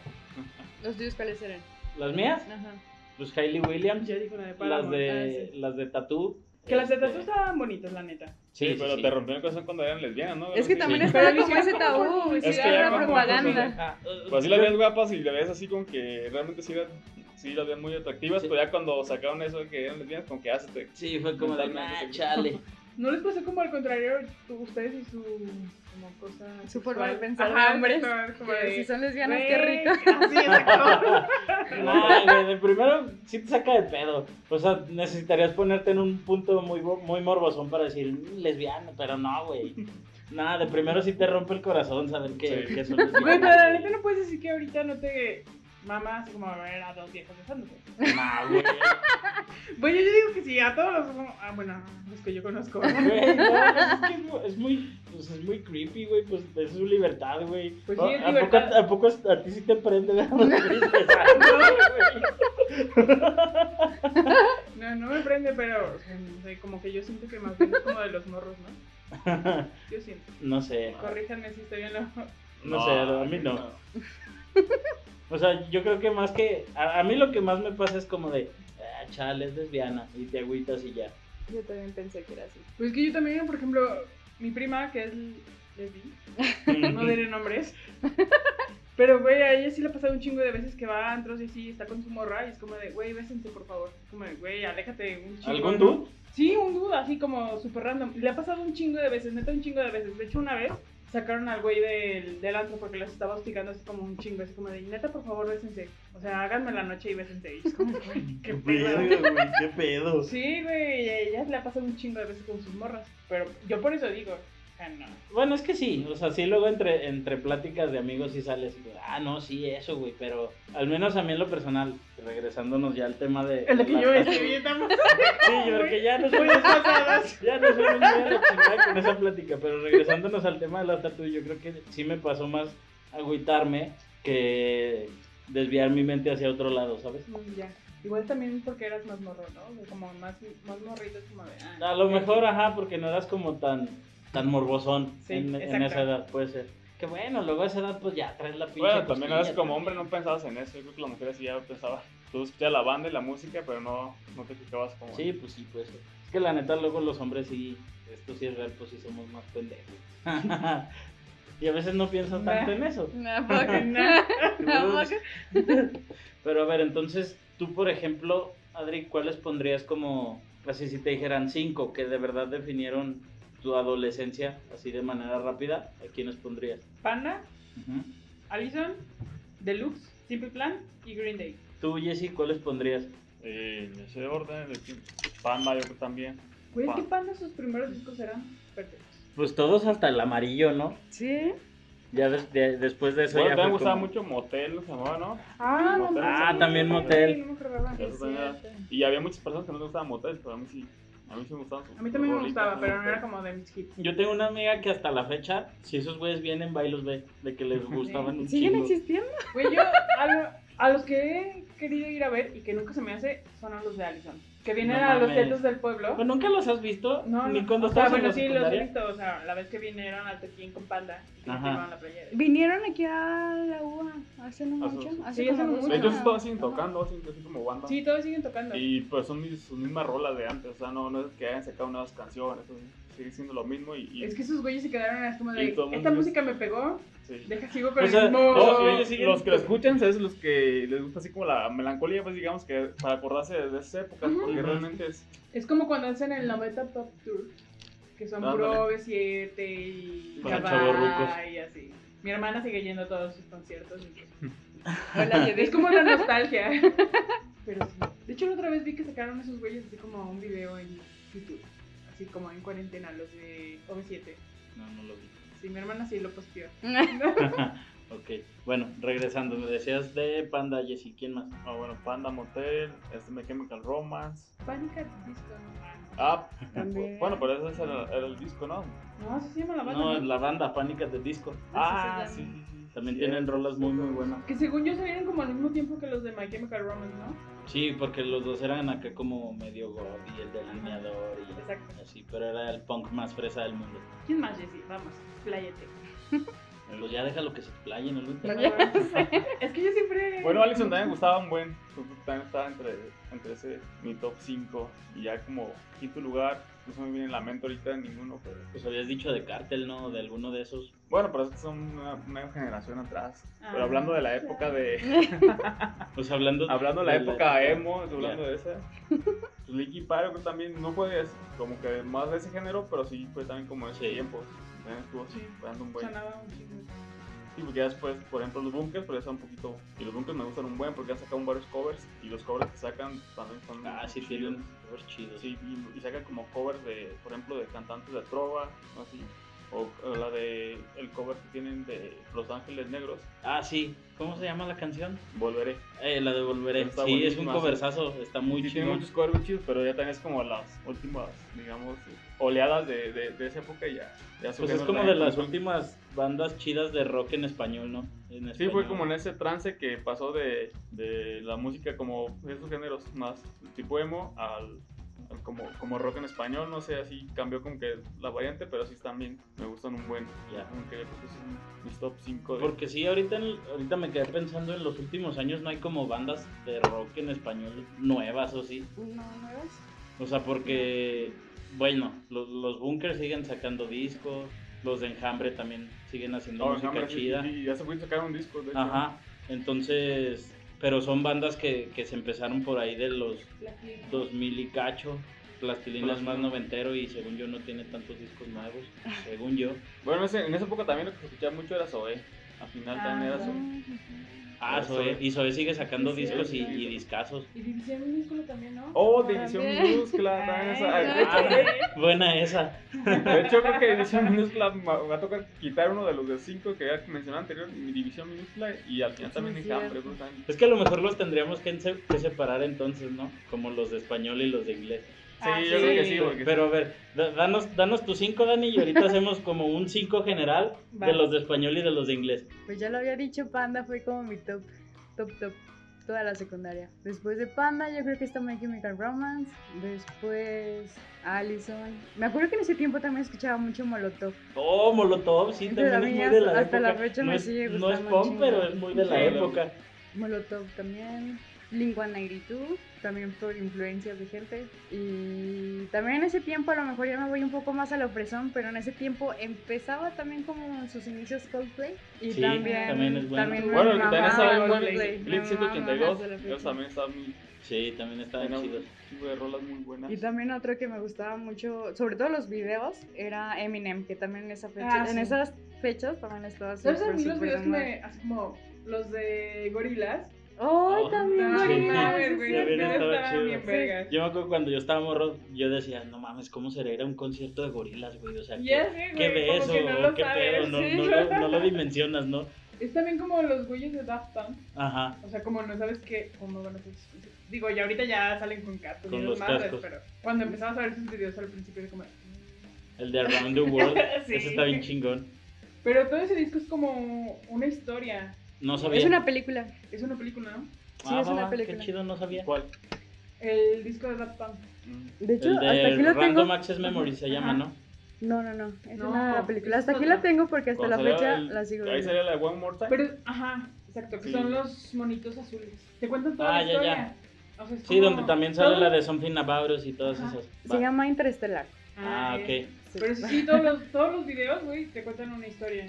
Speaker 2: ¿Los tuyos cuáles eran?
Speaker 5: ¿Las mías?
Speaker 2: Ajá.
Speaker 5: Pues Hailey Williams.
Speaker 4: Ya dijo la de
Speaker 5: Las
Speaker 4: Paramount.
Speaker 5: de,
Speaker 4: Ah, sí.
Speaker 5: las de Tatú.
Speaker 4: Que las de
Speaker 5: Este,
Speaker 4: tatu estaban bonitas, la neta.
Speaker 5: Sí, sí,
Speaker 3: pero
Speaker 5: sí.
Speaker 3: te rompió el corazón cuando eran lesbianas, ¿no?
Speaker 2: Es que también
Speaker 5: Sí.
Speaker 2: estaba
Speaker 4: Pero
Speaker 2: como ese
Speaker 4: hicieron como
Speaker 2: tabú,
Speaker 4: publicidad.
Speaker 2: sí,
Speaker 3: Es que
Speaker 2: era
Speaker 3: ya como
Speaker 2: propaganda.
Speaker 5: Ah.
Speaker 3: publicidad.
Speaker 5: Uh,
Speaker 3: Pues así las veías guapas y las veías así como que realmente sí, eran- sí las veías muy atractivas,
Speaker 5: Sí.
Speaker 3: pero ya cuando sacaron eso de que eran lesbianas, como que haces te...
Speaker 5: Sí, fue como de, ah,
Speaker 3: *laughs*
Speaker 5: chale.
Speaker 4: ¿No les pasó como al contrario tú- ustedes y su como cosa
Speaker 2: Su forma de
Speaker 4: sexual?
Speaker 2: pensar de
Speaker 4: Ajá,
Speaker 2: hombres,
Speaker 4: como- como
Speaker 2: Que
Speaker 4: de-
Speaker 2: si son lesbianas, qué
Speaker 4: Güey,
Speaker 2: *laughs* rico.
Speaker 4: Así exacto.
Speaker 5: Nah, güey, de primero sí te saca de pedo. O sea, necesitarías ponerte en un punto muy, bo- muy morbosón para decir "Mm, lesbiana, pero no, güey. Nada, de primero sí te rompe el corazón saber que,
Speaker 3: Sí.
Speaker 5: que son lesbianas,
Speaker 4: *laughs* Güey, pero la
Speaker 5: güey.
Speaker 4: neta no puedes decir que ahorita no te mamas como a ver a dos viejos besándose.
Speaker 5: Nah, Ah, güey.
Speaker 4: Bueno, yo digo que sí, a todos los. Ah, bueno, los que yo conozco. *laughs* ¿no?
Speaker 5: Güey, no, es que es mu- es muy, pues es muy creepy, güey, pues es su libertad, güey.
Speaker 4: Pues
Speaker 5: ¿No?
Speaker 4: sí, es
Speaker 5: ¿A poco,
Speaker 4: libertad.
Speaker 5: ¿A poco es- a ti sí te prende ver a los güeyes besándose, güey?
Speaker 4: No, no me prende, pero o sea, no sé, como que yo siento que más bien es como de los morros, ¿no? Yo siento.
Speaker 5: *laughs* No sé,
Speaker 4: Corríjanme si estoy bien loco.
Speaker 5: no, sé, a mí no. O sea, yo creo que más que. A, a mí lo que más me pasa es como de. Ah, chale, es lesbiana. Y te agüitas y ya.
Speaker 2: Yo también pensé que era así.
Speaker 4: Pues que yo también, por ejemplo, mi prima, que es lesbi, no
Speaker 5: *laughs*
Speaker 4: diré nombres. Pero, güey, a ella sí le ha pasado un chingo de veces que va a antros y así, está con su morra y es como de, güey, bésense, por favor. Como de, güey, aléjate un chingo.
Speaker 5: ¿Algún
Speaker 4: ¿no?".
Speaker 5: tú?
Speaker 4: Sí, un dude, así como súper random. Le ha pasado un chingo de veces, neta un chingo de veces. De hecho, una vez sacaron al güey del, del antro porque los estaba hostigando así como un chingo, así como de, neta, por favor, bésense. O sea, háganme la noche y bésense. Y es como, güey,
Speaker 5: *laughs*
Speaker 4: qué pedo.
Speaker 5: güey, qué pedo.
Speaker 4: Sí, güey, a ella le ha pasado un chingo de veces con sus morras. Pero yo por eso digo, ah, no.
Speaker 5: Bueno, es que sí. O sea, sí, luego entre, entre pláticas de amigos sí sales. y, Ah, no, sí, eso, güey. Pero al menos a mí en lo personal. Regresándonos ya al tema de.
Speaker 4: Es lo que
Speaker 5: de
Speaker 4: *laughs* yo
Speaker 5: las-
Speaker 4: escribí, estamos
Speaker 3: *laughs*
Speaker 5: Sí, yo creo que ya nos voy a
Speaker 4: pasadas.
Speaker 5: Ya no soy un día de la chingada con esa plática, pero regresándonos al tema de las tatuajes, yo creo que sí me pasó más agüitarme que desviar mi mente hacia otro lado, ¿sabes?
Speaker 4: Ya. Igual también porque eras más morro, ¿no? O sea, como más, más morrito, es como de. ah,
Speaker 5: A lo mejor, ajá, porque no eras como tan, tan morbosón
Speaker 4: Sí,
Speaker 5: en, en
Speaker 4: exacto.
Speaker 5: esa edad, puede ser. Que bueno, luego a esa edad pues ya traes la pinche
Speaker 3: Bueno, también a veces
Speaker 5: costilla,
Speaker 3: como hombre no pensabas en eso. Yo creo que las mujeres sí ya pensaban. Tú escuchabas la banda y la música, pero no, no te fijabas como.
Speaker 5: Sí, pues sí, pues. Es que la neta, luego los hombres sí, esto sí es real, pues sí somos más pendejos. *laughs* y a veces no piensas tanto en eso.
Speaker 2: No, poco.
Speaker 4: No.
Speaker 2: No, poco.
Speaker 5: *laughs* Pero a ver, entonces, tú, por ejemplo, Adri, ¿cuáles pondrías como, así si te dijeran cinco que de verdad definieron tu adolescencia así de manera rápida? ¿A quiénes pondrías?
Speaker 4: Panda, Allison, Deluxe, Simple Plan y Green Day.
Speaker 5: Tú, Jessy, ¿cuáles pondrías?
Speaker 3: En ese orden, el que- Panda, yo creo también.
Speaker 4: Güey, es
Speaker 3: Pa-
Speaker 4: que Panda sus primeros discos eran perfectos.
Speaker 5: Pues todos hasta el amarillo, ¿no?
Speaker 2: Sí. ¿eh?
Speaker 5: Ya des- de- después de eso
Speaker 3: Bueno,
Speaker 5: ya
Speaker 3: también me
Speaker 5: fue
Speaker 3: gustaba
Speaker 5: como-
Speaker 3: mucho Motel, se llamaba, ¿no?
Speaker 4: Ah,
Speaker 3: no, Motel.
Speaker 5: Ah, también Motel.
Speaker 4: No me acordaba.
Speaker 3: Eso también era- Y había muchas personas que no les gustaba Motel, pero a mí sí. A mí sí me gustaban sus
Speaker 4: A mí también me
Speaker 3: rolitas,
Speaker 4: gustaba,
Speaker 3: ¿no?
Speaker 4: pero no era como de mis hits.
Speaker 5: Yo tengo una amiga que hasta la fecha, si esos güeyes vienen, va y los ve, de que les gustaban un
Speaker 2: ¿Siguen
Speaker 5: chingo.
Speaker 2: existiendo?
Speaker 4: Güey, yo a, lo- a los que he querido ir a ver y que nunca se me hace son a los de Allison. Que vienen
Speaker 5: No
Speaker 4: a los
Speaker 5: mames.
Speaker 4: teatros del pueblo.
Speaker 5: Pero nunca los has visto,
Speaker 4: No,
Speaker 5: ni
Speaker 4: no.
Speaker 5: cuando
Speaker 4: o sea,
Speaker 5: estabas en
Speaker 4: bueno,
Speaker 5: la
Speaker 4: sí, los he
Speaker 5: secundaria.
Speaker 4: visto. O sea, la vez que vinieron al Tequín con Panda y que se
Speaker 5: Ajá.
Speaker 4: llevaban la playera.
Speaker 2: Vinieron aquí a la UA hace no
Speaker 3: Hace-
Speaker 2: mucho. Hace
Speaker 4: sí,
Speaker 2: como
Speaker 4: hace no
Speaker 2: dos
Speaker 4: mucho.
Speaker 3: Ellos
Speaker 2: años.
Speaker 3: estaban siguen
Speaker 2: Ajá.
Speaker 3: tocando, así, así como banda.
Speaker 4: Sí, todos siguen tocando.
Speaker 3: Y pues son mis, sus mismas rolas de antes, o sea, no, no es que hayan sacado nuevas canciones, o sea, sigue siendo lo mismo y... y-
Speaker 4: Es que esos güeyes se quedaron así como
Speaker 3: Y
Speaker 4: de.
Speaker 3: todo el
Speaker 4: Esta
Speaker 3: mundo-
Speaker 4: música me pegó,
Speaker 3: sí.
Speaker 4: deja sigo con
Speaker 5: O sea,
Speaker 4: el mismo.
Speaker 3: Los,
Speaker 5: no,
Speaker 3: ellos siguen- los que lo escuchan es los que les gusta así como la melancolía, pues digamos que para acordarse de esa época,
Speaker 4: Ujú.
Speaker 3: porque
Speaker 5: Ujú.
Speaker 3: realmente es...
Speaker 4: Es como cuando hacen el 90 Pop Tour, que son
Speaker 3: Ándale.
Speaker 4: puro B7 y
Speaker 3: Para
Speaker 4: Gabá
Speaker 5: chavorrucos.
Speaker 4: y así. Mi hermana sigue yendo a todos sus conciertos. y-
Speaker 2: Hola, Judith.
Speaker 4: Es como la
Speaker 3: *laughs*
Speaker 4: nostalgia. Pero sí. De hecho, la otra vez vi que sacaron esos güeyes así como un video en YouTube. Así como en cuarentena, los de OV7.
Speaker 5: No, no lo vi.
Speaker 4: Sí, mi hermana sí lo posteó.
Speaker 5: *laughs* ok, bueno, regresando, me decías de Panda, Jessy, ¿quién más?
Speaker 3: Ah, bueno, Panda Motel, este Me Chemical Romance,
Speaker 4: Pánica disco. ¿no?
Speaker 3: Ah,
Speaker 2: También.
Speaker 3: bueno, pero ese era, era el disco, ¿no?
Speaker 4: No, así se llama la banda.
Speaker 5: No,
Speaker 4: ¿no?
Speaker 5: la banda Pánica de Disco.
Speaker 3: Ah,
Speaker 2: se
Speaker 3: sí,
Speaker 2: llama.
Speaker 3: sí, sí.
Speaker 5: También
Speaker 3: sí,
Speaker 5: tienen
Speaker 3: eh.
Speaker 5: rolas muy, muy buenas.
Speaker 4: Que según yo salieron como al mismo tiempo que los de My Chemical Romance, ¿no?
Speaker 5: Sí, porque los dos eran acá como medio god y el delineador y
Speaker 4: Exacto.
Speaker 5: así, pero era el punk más fresa del mundo.
Speaker 4: ¿Quién más, Jessy? Vamos,
Speaker 5: *laughs*
Speaker 4: pláyate.
Speaker 5: Pues ya déjalo que se playe, no lo
Speaker 2: Bueno,
Speaker 5: interrumpas.
Speaker 4: Es que yo siempre.
Speaker 3: Bueno, Allison también gustaba un buen, pues, también estaba entre, entre ese, mi top 5, y ya como quinto lugar, no se me viene en la mente ahorita ninguno, pero...
Speaker 5: Pues habías dicho de Cartel, ¿no? De alguno de esos.
Speaker 3: Bueno, pero estos son una, una generación atrás.
Speaker 4: Ah,
Speaker 3: Pero hablando de la época de...
Speaker 5: Pues hablando...
Speaker 3: Hablando de la época emo, hablando
Speaker 5: Ya.
Speaker 3: de *laughs* esa. pues, Linkin Park creo que también no fue de- como que más de ese género, pero sí fue también como de ese
Speaker 5: Sí.
Speaker 3: tiempo. También estuvo
Speaker 4: Sí.
Speaker 3: dando un buen.
Speaker 4: Sonaba un chingo.
Speaker 3: Y porque ya después, por ejemplo, los bunkers, pues ya están un poquito. Y los bunkers me gustan un buen porque han sacado varios covers. Y los covers que sacan también son.
Speaker 5: Ah, sí,
Speaker 3: chidos.
Speaker 5: tienen covers chidos.
Speaker 3: Sí, y, y sacan como covers de, por ejemplo, de cantantes de trova, ¿no? así. O, o la de. El cover que tienen de Los Ángeles Negros,
Speaker 5: Ah, sí. ¿Cómo se llama la canción?
Speaker 3: Volveré.
Speaker 5: Eh, la devolveré.
Speaker 3: Está
Speaker 5: sí, es un
Speaker 3: buenísima,
Speaker 5: coversazo. Está muy
Speaker 3: Sí,
Speaker 5: chido.
Speaker 3: tiene muchos covers muy chidos, pero ya también es como las últimas, digamos, oleadas de, de, de esa época y ya.
Speaker 5: Pues
Speaker 3: ya
Speaker 5: es
Speaker 3: surgieron
Speaker 5: como
Speaker 3: la-
Speaker 5: de las últimas bandas chidas de rock en español, ¿no? En
Speaker 3: Sí, fue
Speaker 5: español.
Speaker 3: como en ese trance que pasó de, de la música como de esos géneros más tipo emo al, al como, como rock en español, no sé, así cambió como que la variante, pero sí también me gustan un buen.
Speaker 5: Ya.
Speaker 3: Como que yo creo que es un- mis top 5 de...
Speaker 5: Porque sí, ahorita, en- ahorita me quedé pensando en los últimos años no hay como bandas de rock en español nuevas o sí.
Speaker 4: No, nuevas.
Speaker 5: O sea, porque, bueno, los, los Bunkers siguen sacando discos, los de Enjambre también siguen haciendo
Speaker 3: No,
Speaker 5: música
Speaker 3: Oh, Enjambre, sí,
Speaker 5: chida.
Speaker 3: sí, sí, ya se fue a sacar un disco, de hecho.
Speaker 5: Ajá, entonces, pero son bandas que, que se empezaron por ahí de los
Speaker 4: La que-
Speaker 5: 2000 y cacho. Plastilina es más
Speaker 3: Plastilina.
Speaker 5: noventero y según yo no tiene tantos discos nuevos, según yo.
Speaker 3: Bueno, ese- en esa época también lo que escuchaba mucho era Zoé. Al final también era Zoé.
Speaker 5: Ah,
Speaker 3: Ah,
Speaker 5: Zoe,
Speaker 3: Zoe.
Speaker 5: y Zoe sigue sacando
Speaker 4: Sí,
Speaker 5: discos y,
Speaker 3: cierto.
Speaker 5: y discazos.
Speaker 4: Y división minúscula también, ¿no?
Speaker 3: Oh,
Speaker 2: También.
Speaker 3: División Minúscula, también esa.
Speaker 4: Ay,
Speaker 3: De hecho,
Speaker 5: no.
Speaker 3: de-
Speaker 5: Ah, Buena esa.
Speaker 3: De hecho, creo que División Minúscula ma- me va a tocar quitar uno de los de 5 que había mencionado anterior, mi División Minúscula, y al final
Speaker 2: Sí,
Speaker 3: también
Speaker 2: es
Speaker 3: Enjambre.
Speaker 2: cierto.
Speaker 3: pues, también.
Speaker 5: Es que a lo mejor los tendríamos que, se- que separar entonces, ¿no? Como los de español y los de inglés.
Speaker 4: Ah,
Speaker 3: Sí, yo
Speaker 4: sí.
Speaker 3: creo que sí, porque
Speaker 5: Pero a ver, da- danos, danos tu 5, Dani, y ahorita hacemos como un 5 general de
Speaker 2: Va.
Speaker 5: los de español y de los de inglés.
Speaker 2: Pues ya lo había dicho, Panda fue como mi top, top, top, toda la secundaria. Después de Panda, yo creo que está My Chemical Romance. Después Allison. Me acuerdo que en ese tiempo también escuchaba mucho Molotov.
Speaker 5: Oh, Molotov, sí,
Speaker 2: Pero
Speaker 5: también
Speaker 2: a
Speaker 5: es
Speaker 2: mí
Speaker 5: muy
Speaker 2: hasta-
Speaker 5: de la
Speaker 2: hasta
Speaker 5: época.
Speaker 2: la fecha
Speaker 5: no
Speaker 2: me
Speaker 5: es,
Speaker 2: sigue
Speaker 5: No es
Speaker 2: gustando un
Speaker 5: pop,
Speaker 2: chingo.
Speaker 5: pero es muy de la
Speaker 3: Sí,
Speaker 5: época.
Speaker 2: Molotov también. Blink 182, también por influencias de gente. Y también en ese tiempo, a lo mejor ya me voy un poco más a la opresión, pero en ese tiempo empezaba también como en sus inicios Coldplay. Y
Speaker 5: Sí,
Speaker 2: también,
Speaker 5: también es bueno.
Speaker 2: también me
Speaker 3: Bueno, el que también
Speaker 2: mamaba
Speaker 3: estaba en
Speaker 2: Coldplay,
Speaker 3: Coldplay,
Speaker 2: me
Speaker 3: Blink
Speaker 2: mamaba
Speaker 3: 182,
Speaker 2: hasta la fecha.
Speaker 3: ellos también estaban muy
Speaker 5: Sí, también estaban
Speaker 3: tenían
Speaker 5: chidos.
Speaker 3: un chingo de rolas muy buenas.
Speaker 2: Y también otro que me gustaba mucho, sobre todo los videos, era Eminem, que también en, esa fecha,
Speaker 4: Ah, sí.
Speaker 2: en esas fechas también estaba
Speaker 4: ¿Sabes a
Speaker 2: súper,
Speaker 4: mí los
Speaker 2: súper
Speaker 4: videos
Speaker 2: de
Speaker 4: que
Speaker 2: moda.
Speaker 4: me. Así como los de gorilas.
Speaker 2: ¡Ay,
Speaker 5: Oh,
Speaker 2: también!
Speaker 5: no,
Speaker 2: Gorillaz,
Speaker 5: sí,
Speaker 2: sí,
Speaker 4: mames, güey.
Speaker 2: sí,
Speaker 5: también
Speaker 4: Los
Speaker 2: sí.
Speaker 4: videos
Speaker 5: estaba
Speaker 4: estaban
Speaker 5: chido.
Speaker 4: bien vergas.
Speaker 5: Yo me acuerdo cuando yo estaba morro, yo decía, no mames, ¿cómo sería ir a un concierto de gorilas, güey? O sea, ¿qué,
Speaker 4: Ya sé,
Speaker 5: qué
Speaker 4: güey. Como
Speaker 5: beso?
Speaker 4: que no lo
Speaker 5: ¿Qué pedo?
Speaker 4: sabes.
Speaker 5: No,
Speaker 4: sí.
Speaker 5: no lo-
Speaker 4: *laughs*
Speaker 5: no lo dimensionas, ¿no?
Speaker 4: Es también como los güeyes de Daft Punk.
Speaker 5: Ajá.
Speaker 4: O sea, como no sabes qué, cómo van a hacer sus- Digo, ya ahorita ya salen con cascos
Speaker 5: Con
Speaker 4: y
Speaker 5: los
Speaker 4: los madres,
Speaker 5: cascos.
Speaker 4: pero cuando empezamos a ver sus videos al principio era como. mm.
Speaker 5: El de Around the
Speaker 4: *laughs*
Speaker 5: World.
Speaker 4: Sí.
Speaker 5: Ese está bien chingón.
Speaker 4: Pero todo ese disco es como una historia.
Speaker 5: No sabía. Ah,
Speaker 2: Es una película.
Speaker 4: Es una película, ¿no?
Speaker 2: sí, es
Speaker 5: va,
Speaker 2: una
Speaker 5: va,
Speaker 2: película.
Speaker 5: Qué chido, no sabía.
Speaker 3: ¿Cuál?
Speaker 4: El disco de Daft Punk.
Speaker 3: Mm.
Speaker 2: De hecho,
Speaker 5: el de
Speaker 2: hasta aquí lo
Speaker 5: Random
Speaker 2: tengo.
Speaker 5: Access Memory se
Speaker 4: Ajá.
Speaker 5: llama, ¿no?
Speaker 2: No, no, no. Es
Speaker 4: No,
Speaker 2: una película.
Speaker 4: es
Speaker 2: Hasta aquí
Speaker 4: otra.
Speaker 2: la tengo porque hasta
Speaker 3: Cuando
Speaker 2: la
Speaker 3: salió
Speaker 2: fecha
Speaker 3: el-
Speaker 2: la sigo
Speaker 3: Ahí
Speaker 2: viendo.
Speaker 3: salía la de One More Time.
Speaker 4: Pero, ajá, exacto, que
Speaker 3: Sí.
Speaker 4: son los monitos azules. Te cuentan toda
Speaker 5: Ah,
Speaker 4: la
Speaker 5: ya,
Speaker 4: historia. O sea, es
Speaker 5: Sí,
Speaker 4: como
Speaker 5: donde también sale
Speaker 4: todo-
Speaker 5: la de Something About Us y todas
Speaker 4: Ajá.
Speaker 5: esas.
Speaker 2: Se
Speaker 5: Va.
Speaker 2: llama Interestelar.
Speaker 5: Ah,
Speaker 4: bien.
Speaker 5: ok.
Speaker 2: Sí.
Speaker 4: Pero sí, sí, todos los, todos los videos, güey, te cuentan una historia.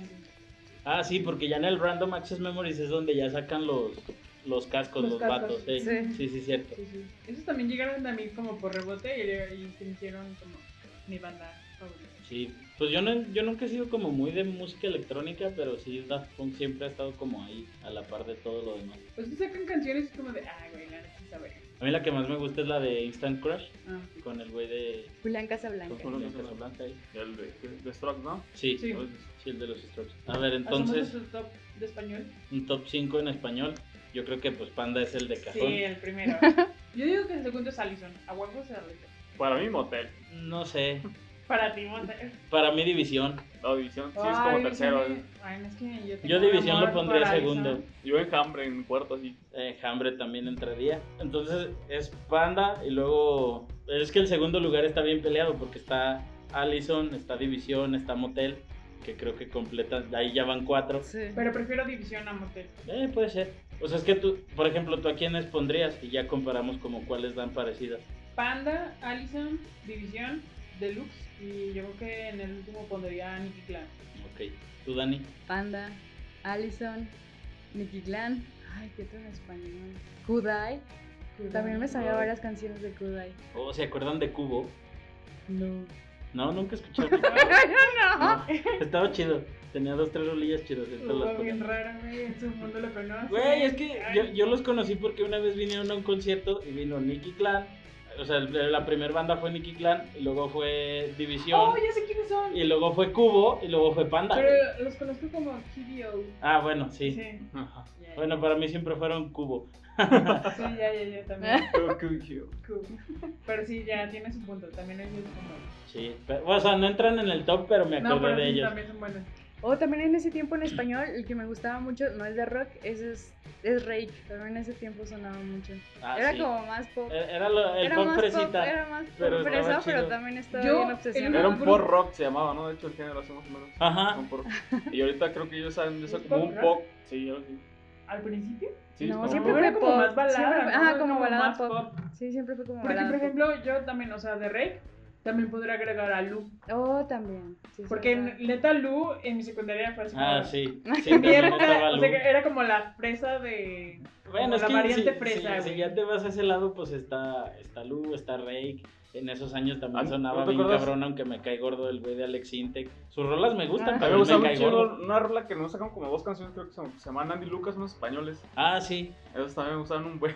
Speaker 5: Ah, sí, porque ya en el Random Access Memories es donde ya sacan los, los cascos, los,
Speaker 4: Los cascos,
Speaker 5: vatos. Sí.
Speaker 2: sí.
Speaker 5: sí, sí, cierto.
Speaker 4: Sí, sí. Esos también llegaron a mí como por rebote y, y se me hicieron como mi banda favorita.
Speaker 5: Sí. Pues yo, no, yo nunca he sido como muy de música electrónica, pero sí, Daft Punk siempre ha estado como ahí, a la par de todo lo demás.
Speaker 4: Pues que sacan canciones como de, ah, güey, la neta está verga.
Speaker 5: A mí la que más me gusta es la de Instant Crush,
Speaker 4: Ah, sí.
Speaker 5: con el güey de...
Speaker 2: Julián Casablanca.
Speaker 3: Con-
Speaker 5: de Casablanca ahí.
Speaker 3: Y El de, de- de Strokes, ¿no?
Speaker 5: Sí, pues, sí,
Speaker 4: Sí.
Speaker 5: el de los Strokes. A ver,
Speaker 4: Entonces,
Speaker 5: entonces...
Speaker 4: su top de español?
Speaker 5: un top 5 en español. Yo creo que pues Panda es el de cajón.
Speaker 4: Sí, el primero. Yo digo que el segundo es Allison. A huevos es Allison.
Speaker 3: Para mí, Motel.
Speaker 5: No sé.
Speaker 4: Para ti, Monte.
Speaker 5: Para mi división.
Speaker 3: La División sí es como tercero. eh.
Speaker 4: Ay, no es que yo,
Speaker 5: ¿eh? Yo
Speaker 4: tengo
Speaker 5: división
Speaker 4: amor
Speaker 5: lo pondría
Speaker 4: por Allison.
Speaker 5: segundo.
Speaker 3: Yo Enjambre en cuarto, así.
Speaker 5: Eh, Hambre también entraría. Entonces es Panda y luego... Es que el segundo lugar está bien peleado porque está Allison, está División, está Motel, que creo que completan, ahí ya van cuatro.
Speaker 2: Sí.
Speaker 4: Pero prefiero división a motel.
Speaker 5: Eh, puede ser. O sea, es que tú, por ejemplo, tú a quiénes pondrías y ya comparamos como cuáles dan parecidas.
Speaker 4: Panda, Allison, división, deluxe. Y yo creo que en el último pondría a Nicky Clan.
Speaker 5: Ok. ¿Tú, Dani?
Speaker 2: Panda, Allison, Nicky Clan. Ay, qué otro en español. Kudai. También me sabía
Speaker 5: Kudai.
Speaker 2: varias canciones de Kudai.
Speaker 5: ¿O se acuerdan de Cubo?
Speaker 2: No.
Speaker 5: No, nunca escuché. No,
Speaker 2: no.
Speaker 5: estaba chido. Tenía dos, tres rolillas chidas. estas las
Speaker 4: Estuvo bien
Speaker 5: ponía.
Speaker 4: raro, güey. En su mundo lo conoce.
Speaker 5: Güey, es que
Speaker 4: Ay,
Speaker 5: yo, yo los conocí porque una vez vinieron a un concierto y vino Nicky Clan. O sea, el- la primera banda fue Nicky Clan, y luego fue División,
Speaker 4: Oh, ya sé quiénes son.
Speaker 5: y luego fue Cubo, y luego fue Panda.
Speaker 4: Pero los conozco como Kibio.
Speaker 5: Ah, bueno, sí.
Speaker 4: Sí.
Speaker 5: Ajá.
Speaker 4: Ya,
Speaker 5: Bueno, para mí siempre fueron Cubo.
Speaker 4: ya. Sí, ya, ya, ya, también.
Speaker 3: Creo que yo.
Speaker 4: Cool. Pero sí, ya tiene su punto. También ellos como.
Speaker 5: Sí. pero- o sea, no entran en el top, pero me
Speaker 4: No,
Speaker 5: acuerdo
Speaker 4: pero
Speaker 5: de
Speaker 4: sí,
Speaker 5: ellos.
Speaker 4: también son buenos.
Speaker 2: O también en ese tiempo en español, el que me gustaba mucho, no es de rock, es, es, es Rake. También en ese tiempo sonaba mucho.
Speaker 5: Ah,
Speaker 2: era
Speaker 5: sí.
Speaker 2: como más pop.
Speaker 5: Era- Era lo- el
Speaker 2: era
Speaker 5: pop
Speaker 2: más
Speaker 5: fresita.
Speaker 2: pop, era más pop
Speaker 5: pero estaba
Speaker 2: fresa, pero
Speaker 5: chido.
Speaker 2: también estaba
Speaker 4: Yo,
Speaker 2: bien
Speaker 4: el-
Speaker 3: Era
Speaker 2: obsesionada.
Speaker 3: un pop rock, se llamaba, ¿no? De hecho, el género hace más o menos.
Speaker 5: Ajá.
Speaker 3: un pop rock. Y ahorita creo que ellos saben, yo soy
Speaker 4: ¿Es
Speaker 3: como
Speaker 4: pop
Speaker 3: un
Speaker 4: rock?
Speaker 3: pop. Sí, algo así.
Speaker 4: Al principio.
Speaker 3: Sí,
Speaker 2: No,
Speaker 3: es como
Speaker 2: siempre
Speaker 3: rock.
Speaker 2: fue
Speaker 4: Era como
Speaker 2: pop,
Speaker 4: más balada,
Speaker 2: siempre-
Speaker 4: ¿no?
Speaker 2: ajá,
Speaker 4: Era
Speaker 2: como balada
Speaker 4: más
Speaker 2: pop. Sí, siempre fue como
Speaker 4: Porque,
Speaker 2: balada
Speaker 4: por
Speaker 2: pop.
Speaker 4: ejemplo, yo también, o sea, de Rey, también podría agregar a Lu.
Speaker 2: Oh, también. Sí, sí,
Speaker 4: Porque
Speaker 2: verdad.
Speaker 4: neta Lu en mi secundaria fue así.
Speaker 5: Ah,
Speaker 4: como- *laughs*
Speaker 5: sí. sí
Speaker 4: Y
Speaker 5: también
Speaker 4: era,
Speaker 5: estaba
Speaker 4: o
Speaker 5: Lu.
Speaker 4: sea, que era como la fresa de.
Speaker 5: Bueno,
Speaker 4: Como
Speaker 5: es
Speaker 4: la
Speaker 5: que
Speaker 4: variante
Speaker 5: si,
Speaker 4: fresa,
Speaker 5: si-
Speaker 4: güey.
Speaker 5: si ya te vas a ese lado, pues está, está Lu, está Rake. En esos años también
Speaker 3: Ah,
Speaker 5: sonaba
Speaker 3: ¿no te
Speaker 5: bien
Speaker 3: acuerdas?
Speaker 5: cabrón, aunque me cae gordo el güey de Alex Intec. Sus rolas me gustan,
Speaker 2: Ah.
Speaker 3: A mí
Speaker 5: pero
Speaker 3: me
Speaker 5: no
Speaker 3: gustaba
Speaker 5: me
Speaker 3: un
Speaker 5: cae gordo.
Speaker 3: chido una rola que nos sacan como dos canciones, creo que se, se llaman Andy Lucas, unos españoles.
Speaker 5: Ah, sí.
Speaker 3: Esos también me gustaban un buen.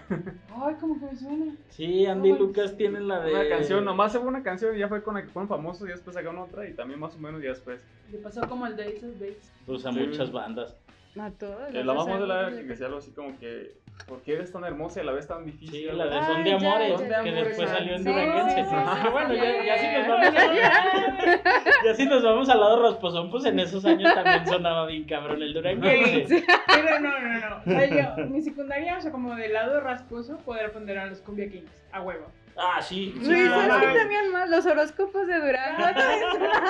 Speaker 4: Ay, como que me suena.
Speaker 5: Sí, Andy
Speaker 4: No,
Speaker 5: Lucas
Speaker 4: sí.
Speaker 5: tiene la de.
Speaker 3: Una canción, nomás hubo una canción y ya fue con la que fueron famosos y después sacaron otra y también más o menos ya después.
Speaker 4: Le pasó como el Days of Days.
Speaker 5: Pues a
Speaker 3: Sí.
Speaker 5: muchas bandas.
Speaker 2: A todos.
Speaker 3: Eh,
Speaker 2: los
Speaker 3: la más
Speaker 2: hacen-
Speaker 3: famosa la que decía algo así como que, ¿por qué eres tan hermosa y a la vez tan difícil?
Speaker 5: Sí, la de
Speaker 2: Ay,
Speaker 5: Son de
Speaker 2: ya,
Speaker 5: Amores,
Speaker 2: ya,
Speaker 5: que
Speaker 3: ya.
Speaker 4: ah.
Speaker 5: después salió en
Speaker 2: Sí,
Speaker 5: Duranguense.
Speaker 2: sí, sí,
Speaker 5: Ah,
Speaker 2: sí,
Speaker 5: bueno,
Speaker 2: sí.
Speaker 5: ya, ya si nos
Speaker 4: *laughs*
Speaker 5: vamos a- ya si nos vamos al lado rasposón, pues en esos años también sonaba bien cabrón el Duranguense.
Speaker 4: Sí. Pero no, no, no. O sea, yo, mi secundaria, o sea, como del lado rasposo, poder poner a los Cumbia Kings. A huevo.
Speaker 5: Ah, sí. sí,
Speaker 2: Güey,
Speaker 5: claro.
Speaker 2: ¿sabes qué también más? Los horóscopos de
Speaker 5: *laughs*
Speaker 2: Durango.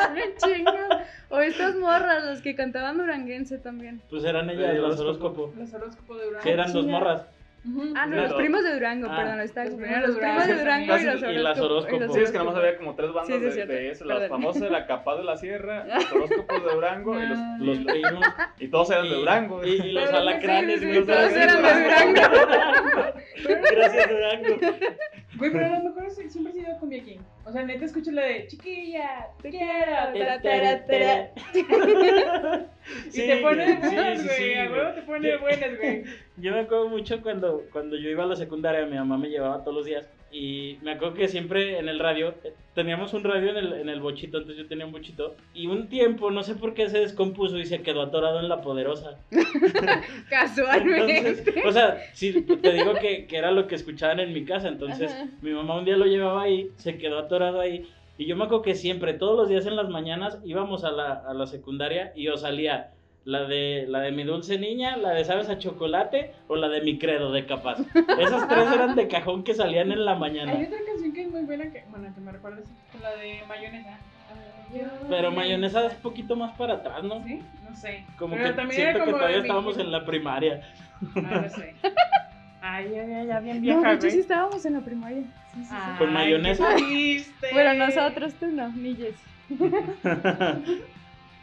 Speaker 2: también chingas. O estas morras, las que cantaban duranguense también.
Speaker 5: Pues eran ellas
Speaker 3: Eh,
Speaker 5: los
Speaker 3: horóscopo.
Speaker 5: horóscopos.
Speaker 4: Los horóscopos de Urano.
Speaker 5: Que eran dos
Speaker 2: chinga.
Speaker 5: morras.
Speaker 4: Ujú.
Speaker 2: Ah, no,
Speaker 3: Claro.
Speaker 2: los primos de Durango,
Speaker 5: Ah.
Speaker 2: perdón, estaba
Speaker 4: Los
Speaker 2: confundiendo.
Speaker 4: primos
Speaker 2: Los
Speaker 4: de
Speaker 2: primos de
Speaker 4: Durango.
Speaker 2: Durango y los
Speaker 5: Casi- y las
Speaker 2: horóscopos.
Speaker 5: horóscopos.
Speaker 3: Sí, es que nomás había como tres bandas
Speaker 2: Sí, sí,
Speaker 3: de,
Speaker 2: cierto.
Speaker 3: de eso, las
Speaker 2: Perdón.
Speaker 3: famosas de la Capaz de la Sierra, los horóscopos de Durango y, los,
Speaker 4: Ah.
Speaker 5: Los primos.
Speaker 3: y todos *laughs* eran de Durango.
Speaker 5: Y, y los
Speaker 2: Pero
Speaker 5: alacranes.
Speaker 2: sí, sí,
Speaker 5: güey,
Speaker 2: todos eran de
Speaker 5: Gracias, Durango.
Speaker 4: Güey, pero a lo mejor es- siempre he sido Cumbia King. O sea, neta, escucho la de chiquilla, te quiero, tara, tara, tara.
Speaker 5: Este, *laughs* Sí,
Speaker 4: y te pone
Speaker 5: güey,
Speaker 4: buenas,
Speaker 5: sí,
Speaker 4: güey.
Speaker 5: sí, sí,
Speaker 4: a huevo te pone
Speaker 5: Yo- *laughs*
Speaker 4: buenas, güey.
Speaker 5: Yo me acuerdo mucho cuando, cuando yo iba a la secundaria, mi mamá me llevaba todos los días. Y me acuerdo que siempre en el radio, eh, teníamos un radio en el, en el bochito, antes yo tenía un bochito. Y un tiempo, no sé por qué se descompuso y se quedó atorado en la poderosa.
Speaker 2: Casualmente.
Speaker 5: Entonces, pues, o sea, sí, te digo que, que era lo que escuchaban en mi casa. Entonces,
Speaker 2: Ajá.
Speaker 5: mi mamá un día lo llevaba ahí, se quedó atorado ahí. Y yo me acuerdo que siempre, todos los días en las mañanas, íbamos a la, a la secundaria y yo salía la de, la de mi dulce niña, la de sabes a chocolate o la de mi credo de capaz. Esas tres eran de cajón que salían en la
Speaker 4: Hay
Speaker 5: mañana.
Speaker 4: otra canción que es muy buena, que, bueno, que me recuerda así, con la de mayonesa.
Speaker 5: Pero mayonesa es poquito más para atrás, ¿no?
Speaker 4: ¿Sí? No sé.
Speaker 5: Como
Speaker 4: Pero
Speaker 5: que
Speaker 4: también
Speaker 5: siento
Speaker 4: era
Speaker 5: que
Speaker 4: como
Speaker 5: todavía
Speaker 4: de
Speaker 5: estábamos
Speaker 4: mi-
Speaker 5: en la primaria.
Speaker 4: Ah,
Speaker 5: *laughs*
Speaker 4: no sé. Ay, ya, ya, ya, bien
Speaker 2: No, de
Speaker 4: vieja,
Speaker 2: hecho
Speaker 4: güey.
Speaker 2: sí estábamos en la primaria. Sí, sí, sí.
Speaker 4: Ay,
Speaker 5: Con mayonesa.
Speaker 4: qué triste.
Speaker 2: Bueno,
Speaker 5: Pues,
Speaker 2: nosotros tú no, ni Jess.
Speaker 5: *laughs*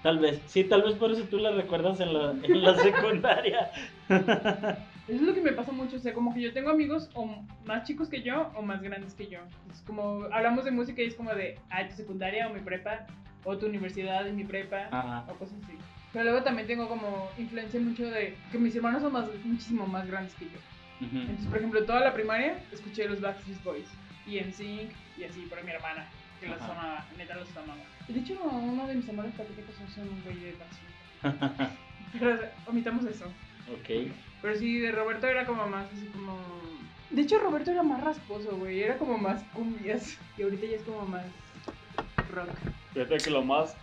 Speaker 5: tal vez, sí, tal vez por eso tú la recuerdas en la, en la secundaria.
Speaker 4: Eso es lo que me pasa mucho, o sea, como que yo tengo amigos o más chicos que yo o más grandes que yo. Es como, hablamos de música y es como de, ah, tu secundaria o mi prepa, o tu universidad y mi prepa,
Speaker 5: Ajá.
Speaker 4: o cosas así. Pero luego también tengo como influencia mucho de que mis hermanos son más, muchísimo más grandes que yo.
Speaker 5: Ujú.
Speaker 4: Entonces, por ejemplo, toda la primaria escuché los Backstreet Boys y NSYNC y así por mi hermana, que los
Speaker 5: Ajá.
Speaker 4: amaba, neta los amaba. Y de hecho, uno de mis amores patéticos es un güey de Backstreet. *laughs* Pero omitamos eso.
Speaker 5: ok.
Speaker 4: Pero sí, de Roberto era como más así como... De hecho, Roberto era más rasposo, güey. Era como más cumbias. Y ahorita ya es como más rock.
Speaker 3: Fíjate que lo más,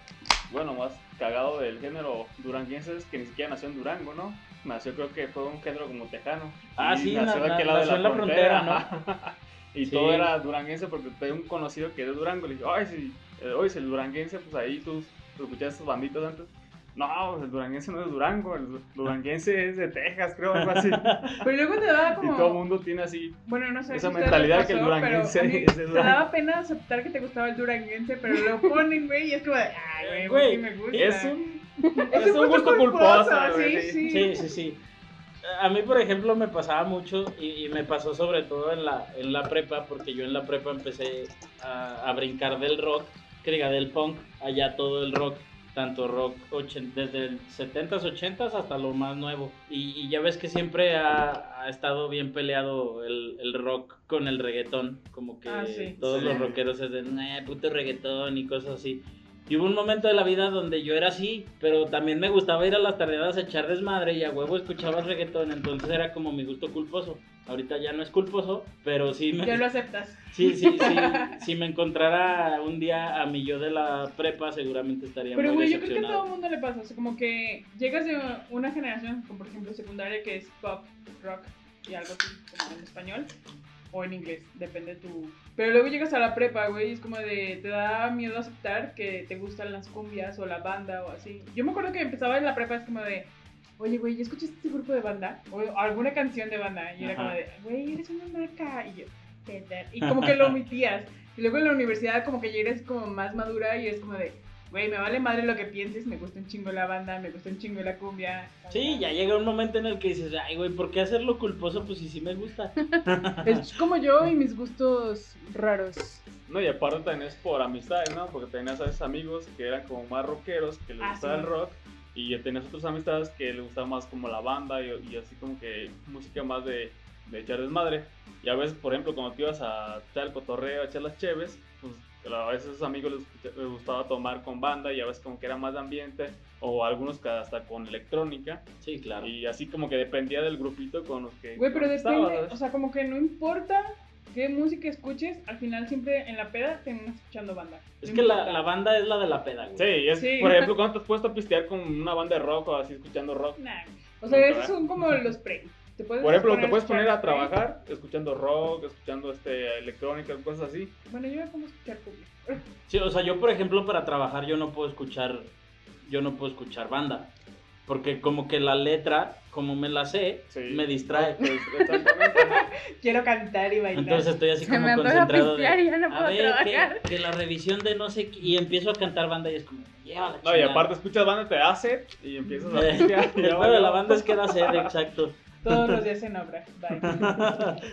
Speaker 3: bueno, más cagado del género duranguense es que ni siquiera nació en Durango, ¿no? Nació creo que fue un género como tejano.
Speaker 5: Ah,
Speaker 3: Y
Speaker 5: sí,
Speaker 3: nació
Speaker 5: na-
Speaker 3: de aquel
Speaker 5: na-
Speaker 3: lado
Speaker 5: nació
Speaker 3: de la,
Speaker 5: en la
Speaker 3: frontera, ¿no? y
Speaker 5: Sí.
Speaker 3: todo era duranguense porque tengo un conocido que es de Durango. Le dije, ay, si, eh, oye, si el duranguense, pues ahí tú, tú escuchas esas banditas antes. No, pues el duranguense no es Durango, el du- duranguense es de Texas, creo, algo así. y
Speaker 4: Pero luego te daba como...
Speaker 3: todo el mundo tiene así.
Speaker 4: Bueno, no sé.
Speaker 3: esa
Speaker 4: si a ustedes
Speaker 3: mentalidad
Speaker 4: les
Speaker 3: que el
Speaker 4: pasó,
Speaker 3: duranguense
Speaker 4: pero a mí
Speaker 3: es de
Speaker 4: Te
Speaker 3: Durango.
Speaker 4: daba pena aceptar que te gustaba el duranguense, pero lo ponen, güey. Y es como de, ay, güey, ¿por
Speaker 5: Güey,
Speaker 4: qué me gusta.
Speaker 3: Es un,
Speaker 4: Es un gusto culposo,
Speaker 3: güey,
Speaker 4: sí, sí.
Speaker 5: Sí, sí, sí. A mí, por ejemplo, me pasaba mucho y, y me pasó sobre todo en la, en la prepa, porque yo en la prepa empecé a, a brincar del rock que diga del punk allá todo el rock, tanto rock ochen- desde el 70s, 80s hasta lo más nuevo. Y, y ya ves que siempre ha, ha estado bien peleado el, el rock con el reggaetón, como que
Speaker 4: Ah, sí.
Speaker 5: todos
Speaker 3: Sí.
Speaker 5: los rockeros es de, "Nah, puto reggaetón y cosas así. Y hubo un momento de la vida donde yo era así, pero también me gustaba ir a las tardeadas a echar desmadre y a huevo escuchaba reggaetón, entonces era como mi gusto culposo. Ahorita ya no es culposo, pero sí me...
Speaker 4: Ya lo aceptas.
Speaker 5: Sí, sí, sí. si me encontrara un día a mi yo de la prepa, seguramente estaría
Speaker 4: Pero,
Speaker 5: muy
Speaker 4: güey, yo creo que a todo
Speaker 5: decepcionado.
Speaker 4: el mundo le pasa. O sea, como que llegas de una generación, como por ejemplo secundaria, que es pop, rock y algo así, como en español o en inglés, depende tu. Pero luego llegas a la prepa, güey, y es como de. Te da miedo aceptar que te gustan las cumbias o la banda o así. Yo me acuerdo que empezaba en la prepa, es como de. Oye, güey, ¿ya escuchaste este grupo de banda? O alguna canción de banda. Y era
Speaker 5: Ajá.
Speaker 4: como de, güey, eres una naca. Y yo, "Te da-". y como que lo omitías. Y luego en la universidad como que ya eres como más madura y es como de, güey, me vale madre lo que pienses, me gusta un chingo la banda, me gusta un chingo la cumbia.
Speaker 5: Sí, ya llega un momento en el que dices, ay, güey, ¿por qué hacerlo culposo? Pues sí, sí me gusta.
Speaker 4: Es como yo y mis gustos raros.
Speaker 3: No, y aparte también es por amistades, ¿no? Porque tenías a veces amigos que eran como más rockeros, que les
Speaker 4: Ah,
Speaker 3: gustaba
Speaker 4: sí.
Speaker 3: el rock, y ya tenías otras amistades que les gustaba más como la banda y, y así como que música más de, de echar desmadre. Y a veces, por ejemplo, cuando te ibas a echar el cotorreo, a echar las cheves, pues a veces a esos amigos les, les gustaba tomar con banda y a veces como que era más de ambiente, o algunos que hasta con electrónica,
Speaker 5: Sí, claro.
Speaker 3: y así como que dependía del grupito con los que...
Speaker 4: Güey, pero
Speaker 3: con los que estabas,
Speaker 4: depende,
Speaker 3: ¿sabes?
Speaker 4: o sea, como que no importa qué música escuches, al final siempre en la peda terminas escuchando banda.
Speaker 5: Es
Speaker 4: No
Speaker 5: que la,
Speaker 4: importa.
Speaker 5: la banda es la de la peda, güey.
Speaker 3: Sí, es,
Speaker 4: Sí.
Speaker 3: por ejemplo, cuando te has puesto a pistear con una banda de rock o así escuchando rock.
Speaker 4: Nah. O sea, esos
Speaker 3: ¿verdad?
Speaker 4: son como los pre. Te puedes
Speaker 3: Por ejemplo, te puedes
Speaker 4: escuchar
Speaker 3: poner a
Speaker 4: pre.
Speaker 3: trabajar escuchando rock, escuchando este electrónica, cosas así.
Speaker 4: Bueno, yo era como escuchar cumbia.
Speaker 5: Sí, o sea, yo por ejemplo para trabajar yo no puedo escuchar, yo no puedo escuchar banda, porque como que la letra, como me la sé,
Speaker 3: Sí.
Speaker 5: me distrae.
Speaker 3: Pues, exactamente, ¿no?
Speaker 4: Quiero cantar y bailar.
Speaker 5: Entonces estoy así
Speaker 2: Se
Speaker 5: como
Speaker 2: me antoja
Speaker 5: concentrado de,
Speaker 2: pistear y ya no
Speaker 5: a
Speaker 2: puedo
Speaker 5: ver
Speaker 2: trabajar.
Speaker 5: que, que la revisión de no sé qué, y empiezo a cantar banda y es como, lleva la
Speaker 3: No, y
Speaker 5: chingada. *laughs*
Speaker 3: aparte escuchas banda, te hace y empiezas a
Speaker 5: Eh,
Speaker 3: pistear. y
Speaker 5: El
Speaker 3: ya
Speaker 5: pedo de la
Speaker 3: valió.
Speaker 5: banda es que era sed,
Speaker 3: *laughs*
Speaker 5: exacto.
Speaker 4: Todos
Speaker 5: *laughs*
Speaker 4: los días en obra. Bye.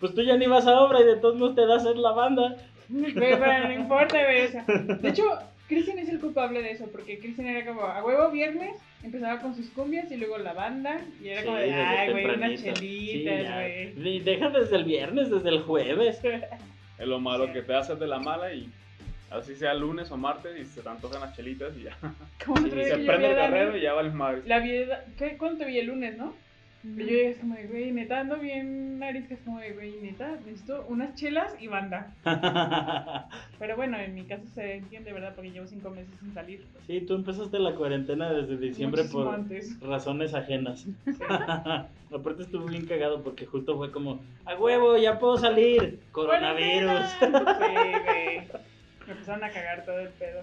Speaker 5: Pues tú ya ni vas a obra y de todos modos te da sed la banda.
Speaker 4: Güey, pero no importa, güey. o sea, de hecho, Cristian es el culpable de eso, porque Cristian era como a huevo viernes, empezaba con sus cumbias y luego la banda, y era como
Speaker 5: Sí,
Speaker 4: de,
Speaker 5: desde
Speaker 4: ay, güey, unas
Speaker 5: tempranito. Sí,
Speaker 4: chelitas,
Speaker 5: ya.
Speaker 4: güey.
Speaker 5: Ni- Deja desde el viernes, desde el jueves. *laughs*
Speaker 3: Es lo malo que te haces de la mala y así sea lunes o martes y se te antojan las chelitas y ya.
Speaker 4: Como
Speaker 5: Sí,
Speaker 4: el otro día
Speaker 3: Y
Speaker 4: que
Speaker 3: se
Speaker 4: yo vi
Speaker 3: prende
Speaker 4: a
Speaker 3: el
Speaker 4: Dani,
Speaker 3: carrero y ya vales madre.
Speaker 4: la vi, ¿qué, ¿cuándo te vi el lunes, no? Pero yo
Speaker 2: Ujú.
Speaker 4: llegué como de, güey, neta, ando bien nariz, que es como de, güey, neta, necesito unas chelas y banda. Pero bueno, en mi caso se entiende, ¿verdad? Porque llevo cinco meses sin salir.
Speaker 5: Sí, tú empezaste la cuarentena desde diciembre
Speaker 4: Muchísimo
Speaker 5: por
Speaker 4: antes.
Speaker 5: razones ajenas. *laughs* Aparte estuvo bien cagado porque justo fue como, a huevo, ya puedo salir. Coronavirus.
Speaker 4: Sí, güey. Me empezaron a cagar todo el pedo.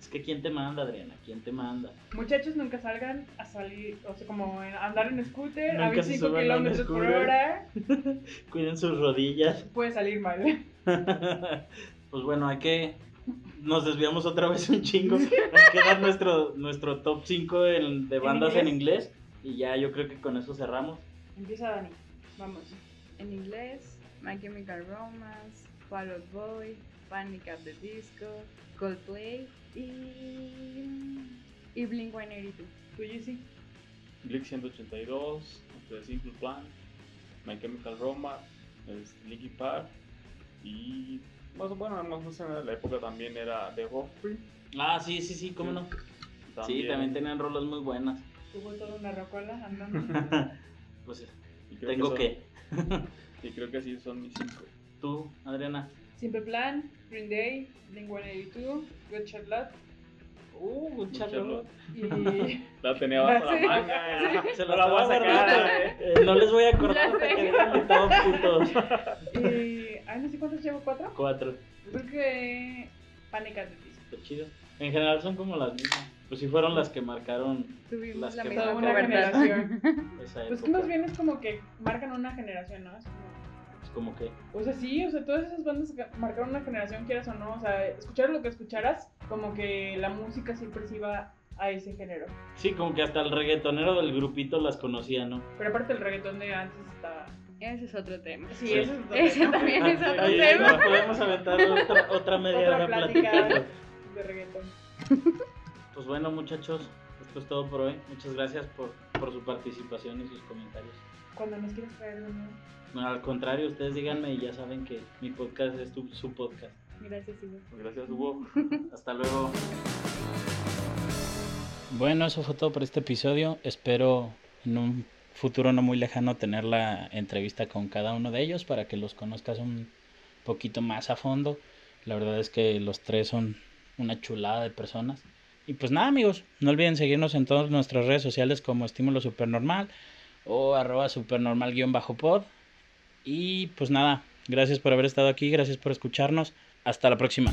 Speaker 5: Es que ¿quién te manda, Adriana? ¿Quién te manda?
Speaker 4: Muchachos, nunca salgan a salir, o sea, como en- a andar en scooter a
Speaker 5: Nunca se
Speaker 4: 25
Speaker 5: suban a un
Speaker 4: kilómetros por
Speaker 5: scooter.
Speaker 4: hora.
Speaker 5: Cuiden sus rodillas. *laughs*
Speaker 4: Puede salir mal. *laughs*
Speaker 5: pues bueno, hay que. Nos desviamos otra vez un chingo. Hay que dar nuestro, nuestro top 5 en- de
Speaker 4: ¿En
Speaker 5: bandas en inglés. Y ya yo creo que con eso cerramos.
Speaker 4: Empieza Dani. Vamos.
Speaker 2: En inglés, My Chemical Romance, Fall Out Boy, Panic at the Disco, Coldplay y. y Blink 182.
Speaker 4: Tú, Jessy.
Speaker 3: Blink 182, The este, Simple Plan, My Chemical Roma, Linkin Park y... Más, bueno, más o menos en la época también era The Offspring.
Speaker 5: Ah, sí, sí, sí, cómo no. Sí, también tenían rolas muy buenas.
Speaker 4: Tuvo toda una rocola andando.
Speaker 5: *laughs* pues
Speaker 3: Y creo
Speaker 5: tengo
Speaker 3: son-
Speaker 5: que.
Speaker 3: Y creo que sí son mis cinco.
Speaker 5: Tú, Adriana.
Speaker 4: Simple Plan, Green Day, Blink 182, Good Charlotte
Speaker 5: Uh, un charro.
Speaker 3: Charlotte.
Speaker 5: *laughs*
Speaker 4: y.
Speaker 3: La tenía
Speaker 4: *laughs*
Speaker 3: bajo
Speaker 4: Sí.
Speaker 3: la manga.
Speaker 5: Se
Speaker 3: No
Speaker 5: las
Speaker 3: la voy
Speaker 5: estaba
Speaker 3: a sacar.
Speaker 5: guardando. Eh, no les voy a cortar
Speaker 2: Ya
Speaker 5: hasta
Speaker 2: sé.
Speaker 5: que vean que estaban putos.
Speaker 4: y ay, no sé cuántos llevo, cuatro.
Speaker 5: Cuatro.
Speaker 4: Creo que. Panic at the Disco.
Speaker 5: Está chido. En general son como las mismas. Pues sí fueron las que marcaron Las
Speaker 2: Tuvimos la
Speaker 5: que
Speaker 2: misma
Speaker 4: Toda
Speaker 5: marcaron.
Speaker 4: una
Speaker 2: cobertura.
Speaker 4: generación.
Speaker 5: esa época.
Speaker 4: Pues que más bien es como que marcan una generación, ¿no? Es como.
Speaker 6: Pues
Speaker 5: Es como que.
Speaker 4: O sea, sí, o sea, todas esas bandas que marcaron una generación, quieras o no. O sea, escuchar lo que escucharas, como que la música siempre se iba a ese género. *laughs*
Speaker 5: Sí, como que hasta el reggaetonero del grupito las conocía, ¿no?
Speaker 4: Pero aparte el reggaetón de antes estaba
Speaker 2: Ese es otro tema.
Speaker 4: Sí,
Speaker 6: Sí.
Speaker 4: eso es otro
Speaker 2: Ese
Speaker 4: tema.
Speaker 5: *laughs*
Speaker 2: también es otro
Speaker 6: Ahí
Speaker 2: tema.
Speaker 6: nos podemos aventar otra, otra media
Speaker 4: Otra
Speaker 6: hora
Speaker 4: plática.
Speaker 6: platicando.
Speaker 4: de reggaetón.
Speaker 6: Pues bueno, muchachos, esto es todo por hoy. Muchas gracias por, por su participación y sus comentarios.
Speaker 4: Cuando nos quieras traer de nuevo.
Speaker 6: No, al contrario, ustedes díganme y ya saben que mi podcast es tu- su podcast.
Speaker 4: Gracias, Hugo.
Speaker 3: Gracias, Hugo.
Speaker 6: Hasta luego.
Speaker 5: Bueno, eso fue todo por este episodio. Espero en un futuro no muy lejano tener la entrevista con cada uno de ellos para que los conozcas un poquito más a fondo. La verdad es que los tres son una chulada de personas. Y pues nada, amigos, no olviden seguirnos en todas nuestras redes sociales como Estímulo Supernormal o arroba supernormal-pod. Y pues nada, gracias por haber estado aquí, gracias por escucharnos. Hasta la próxima.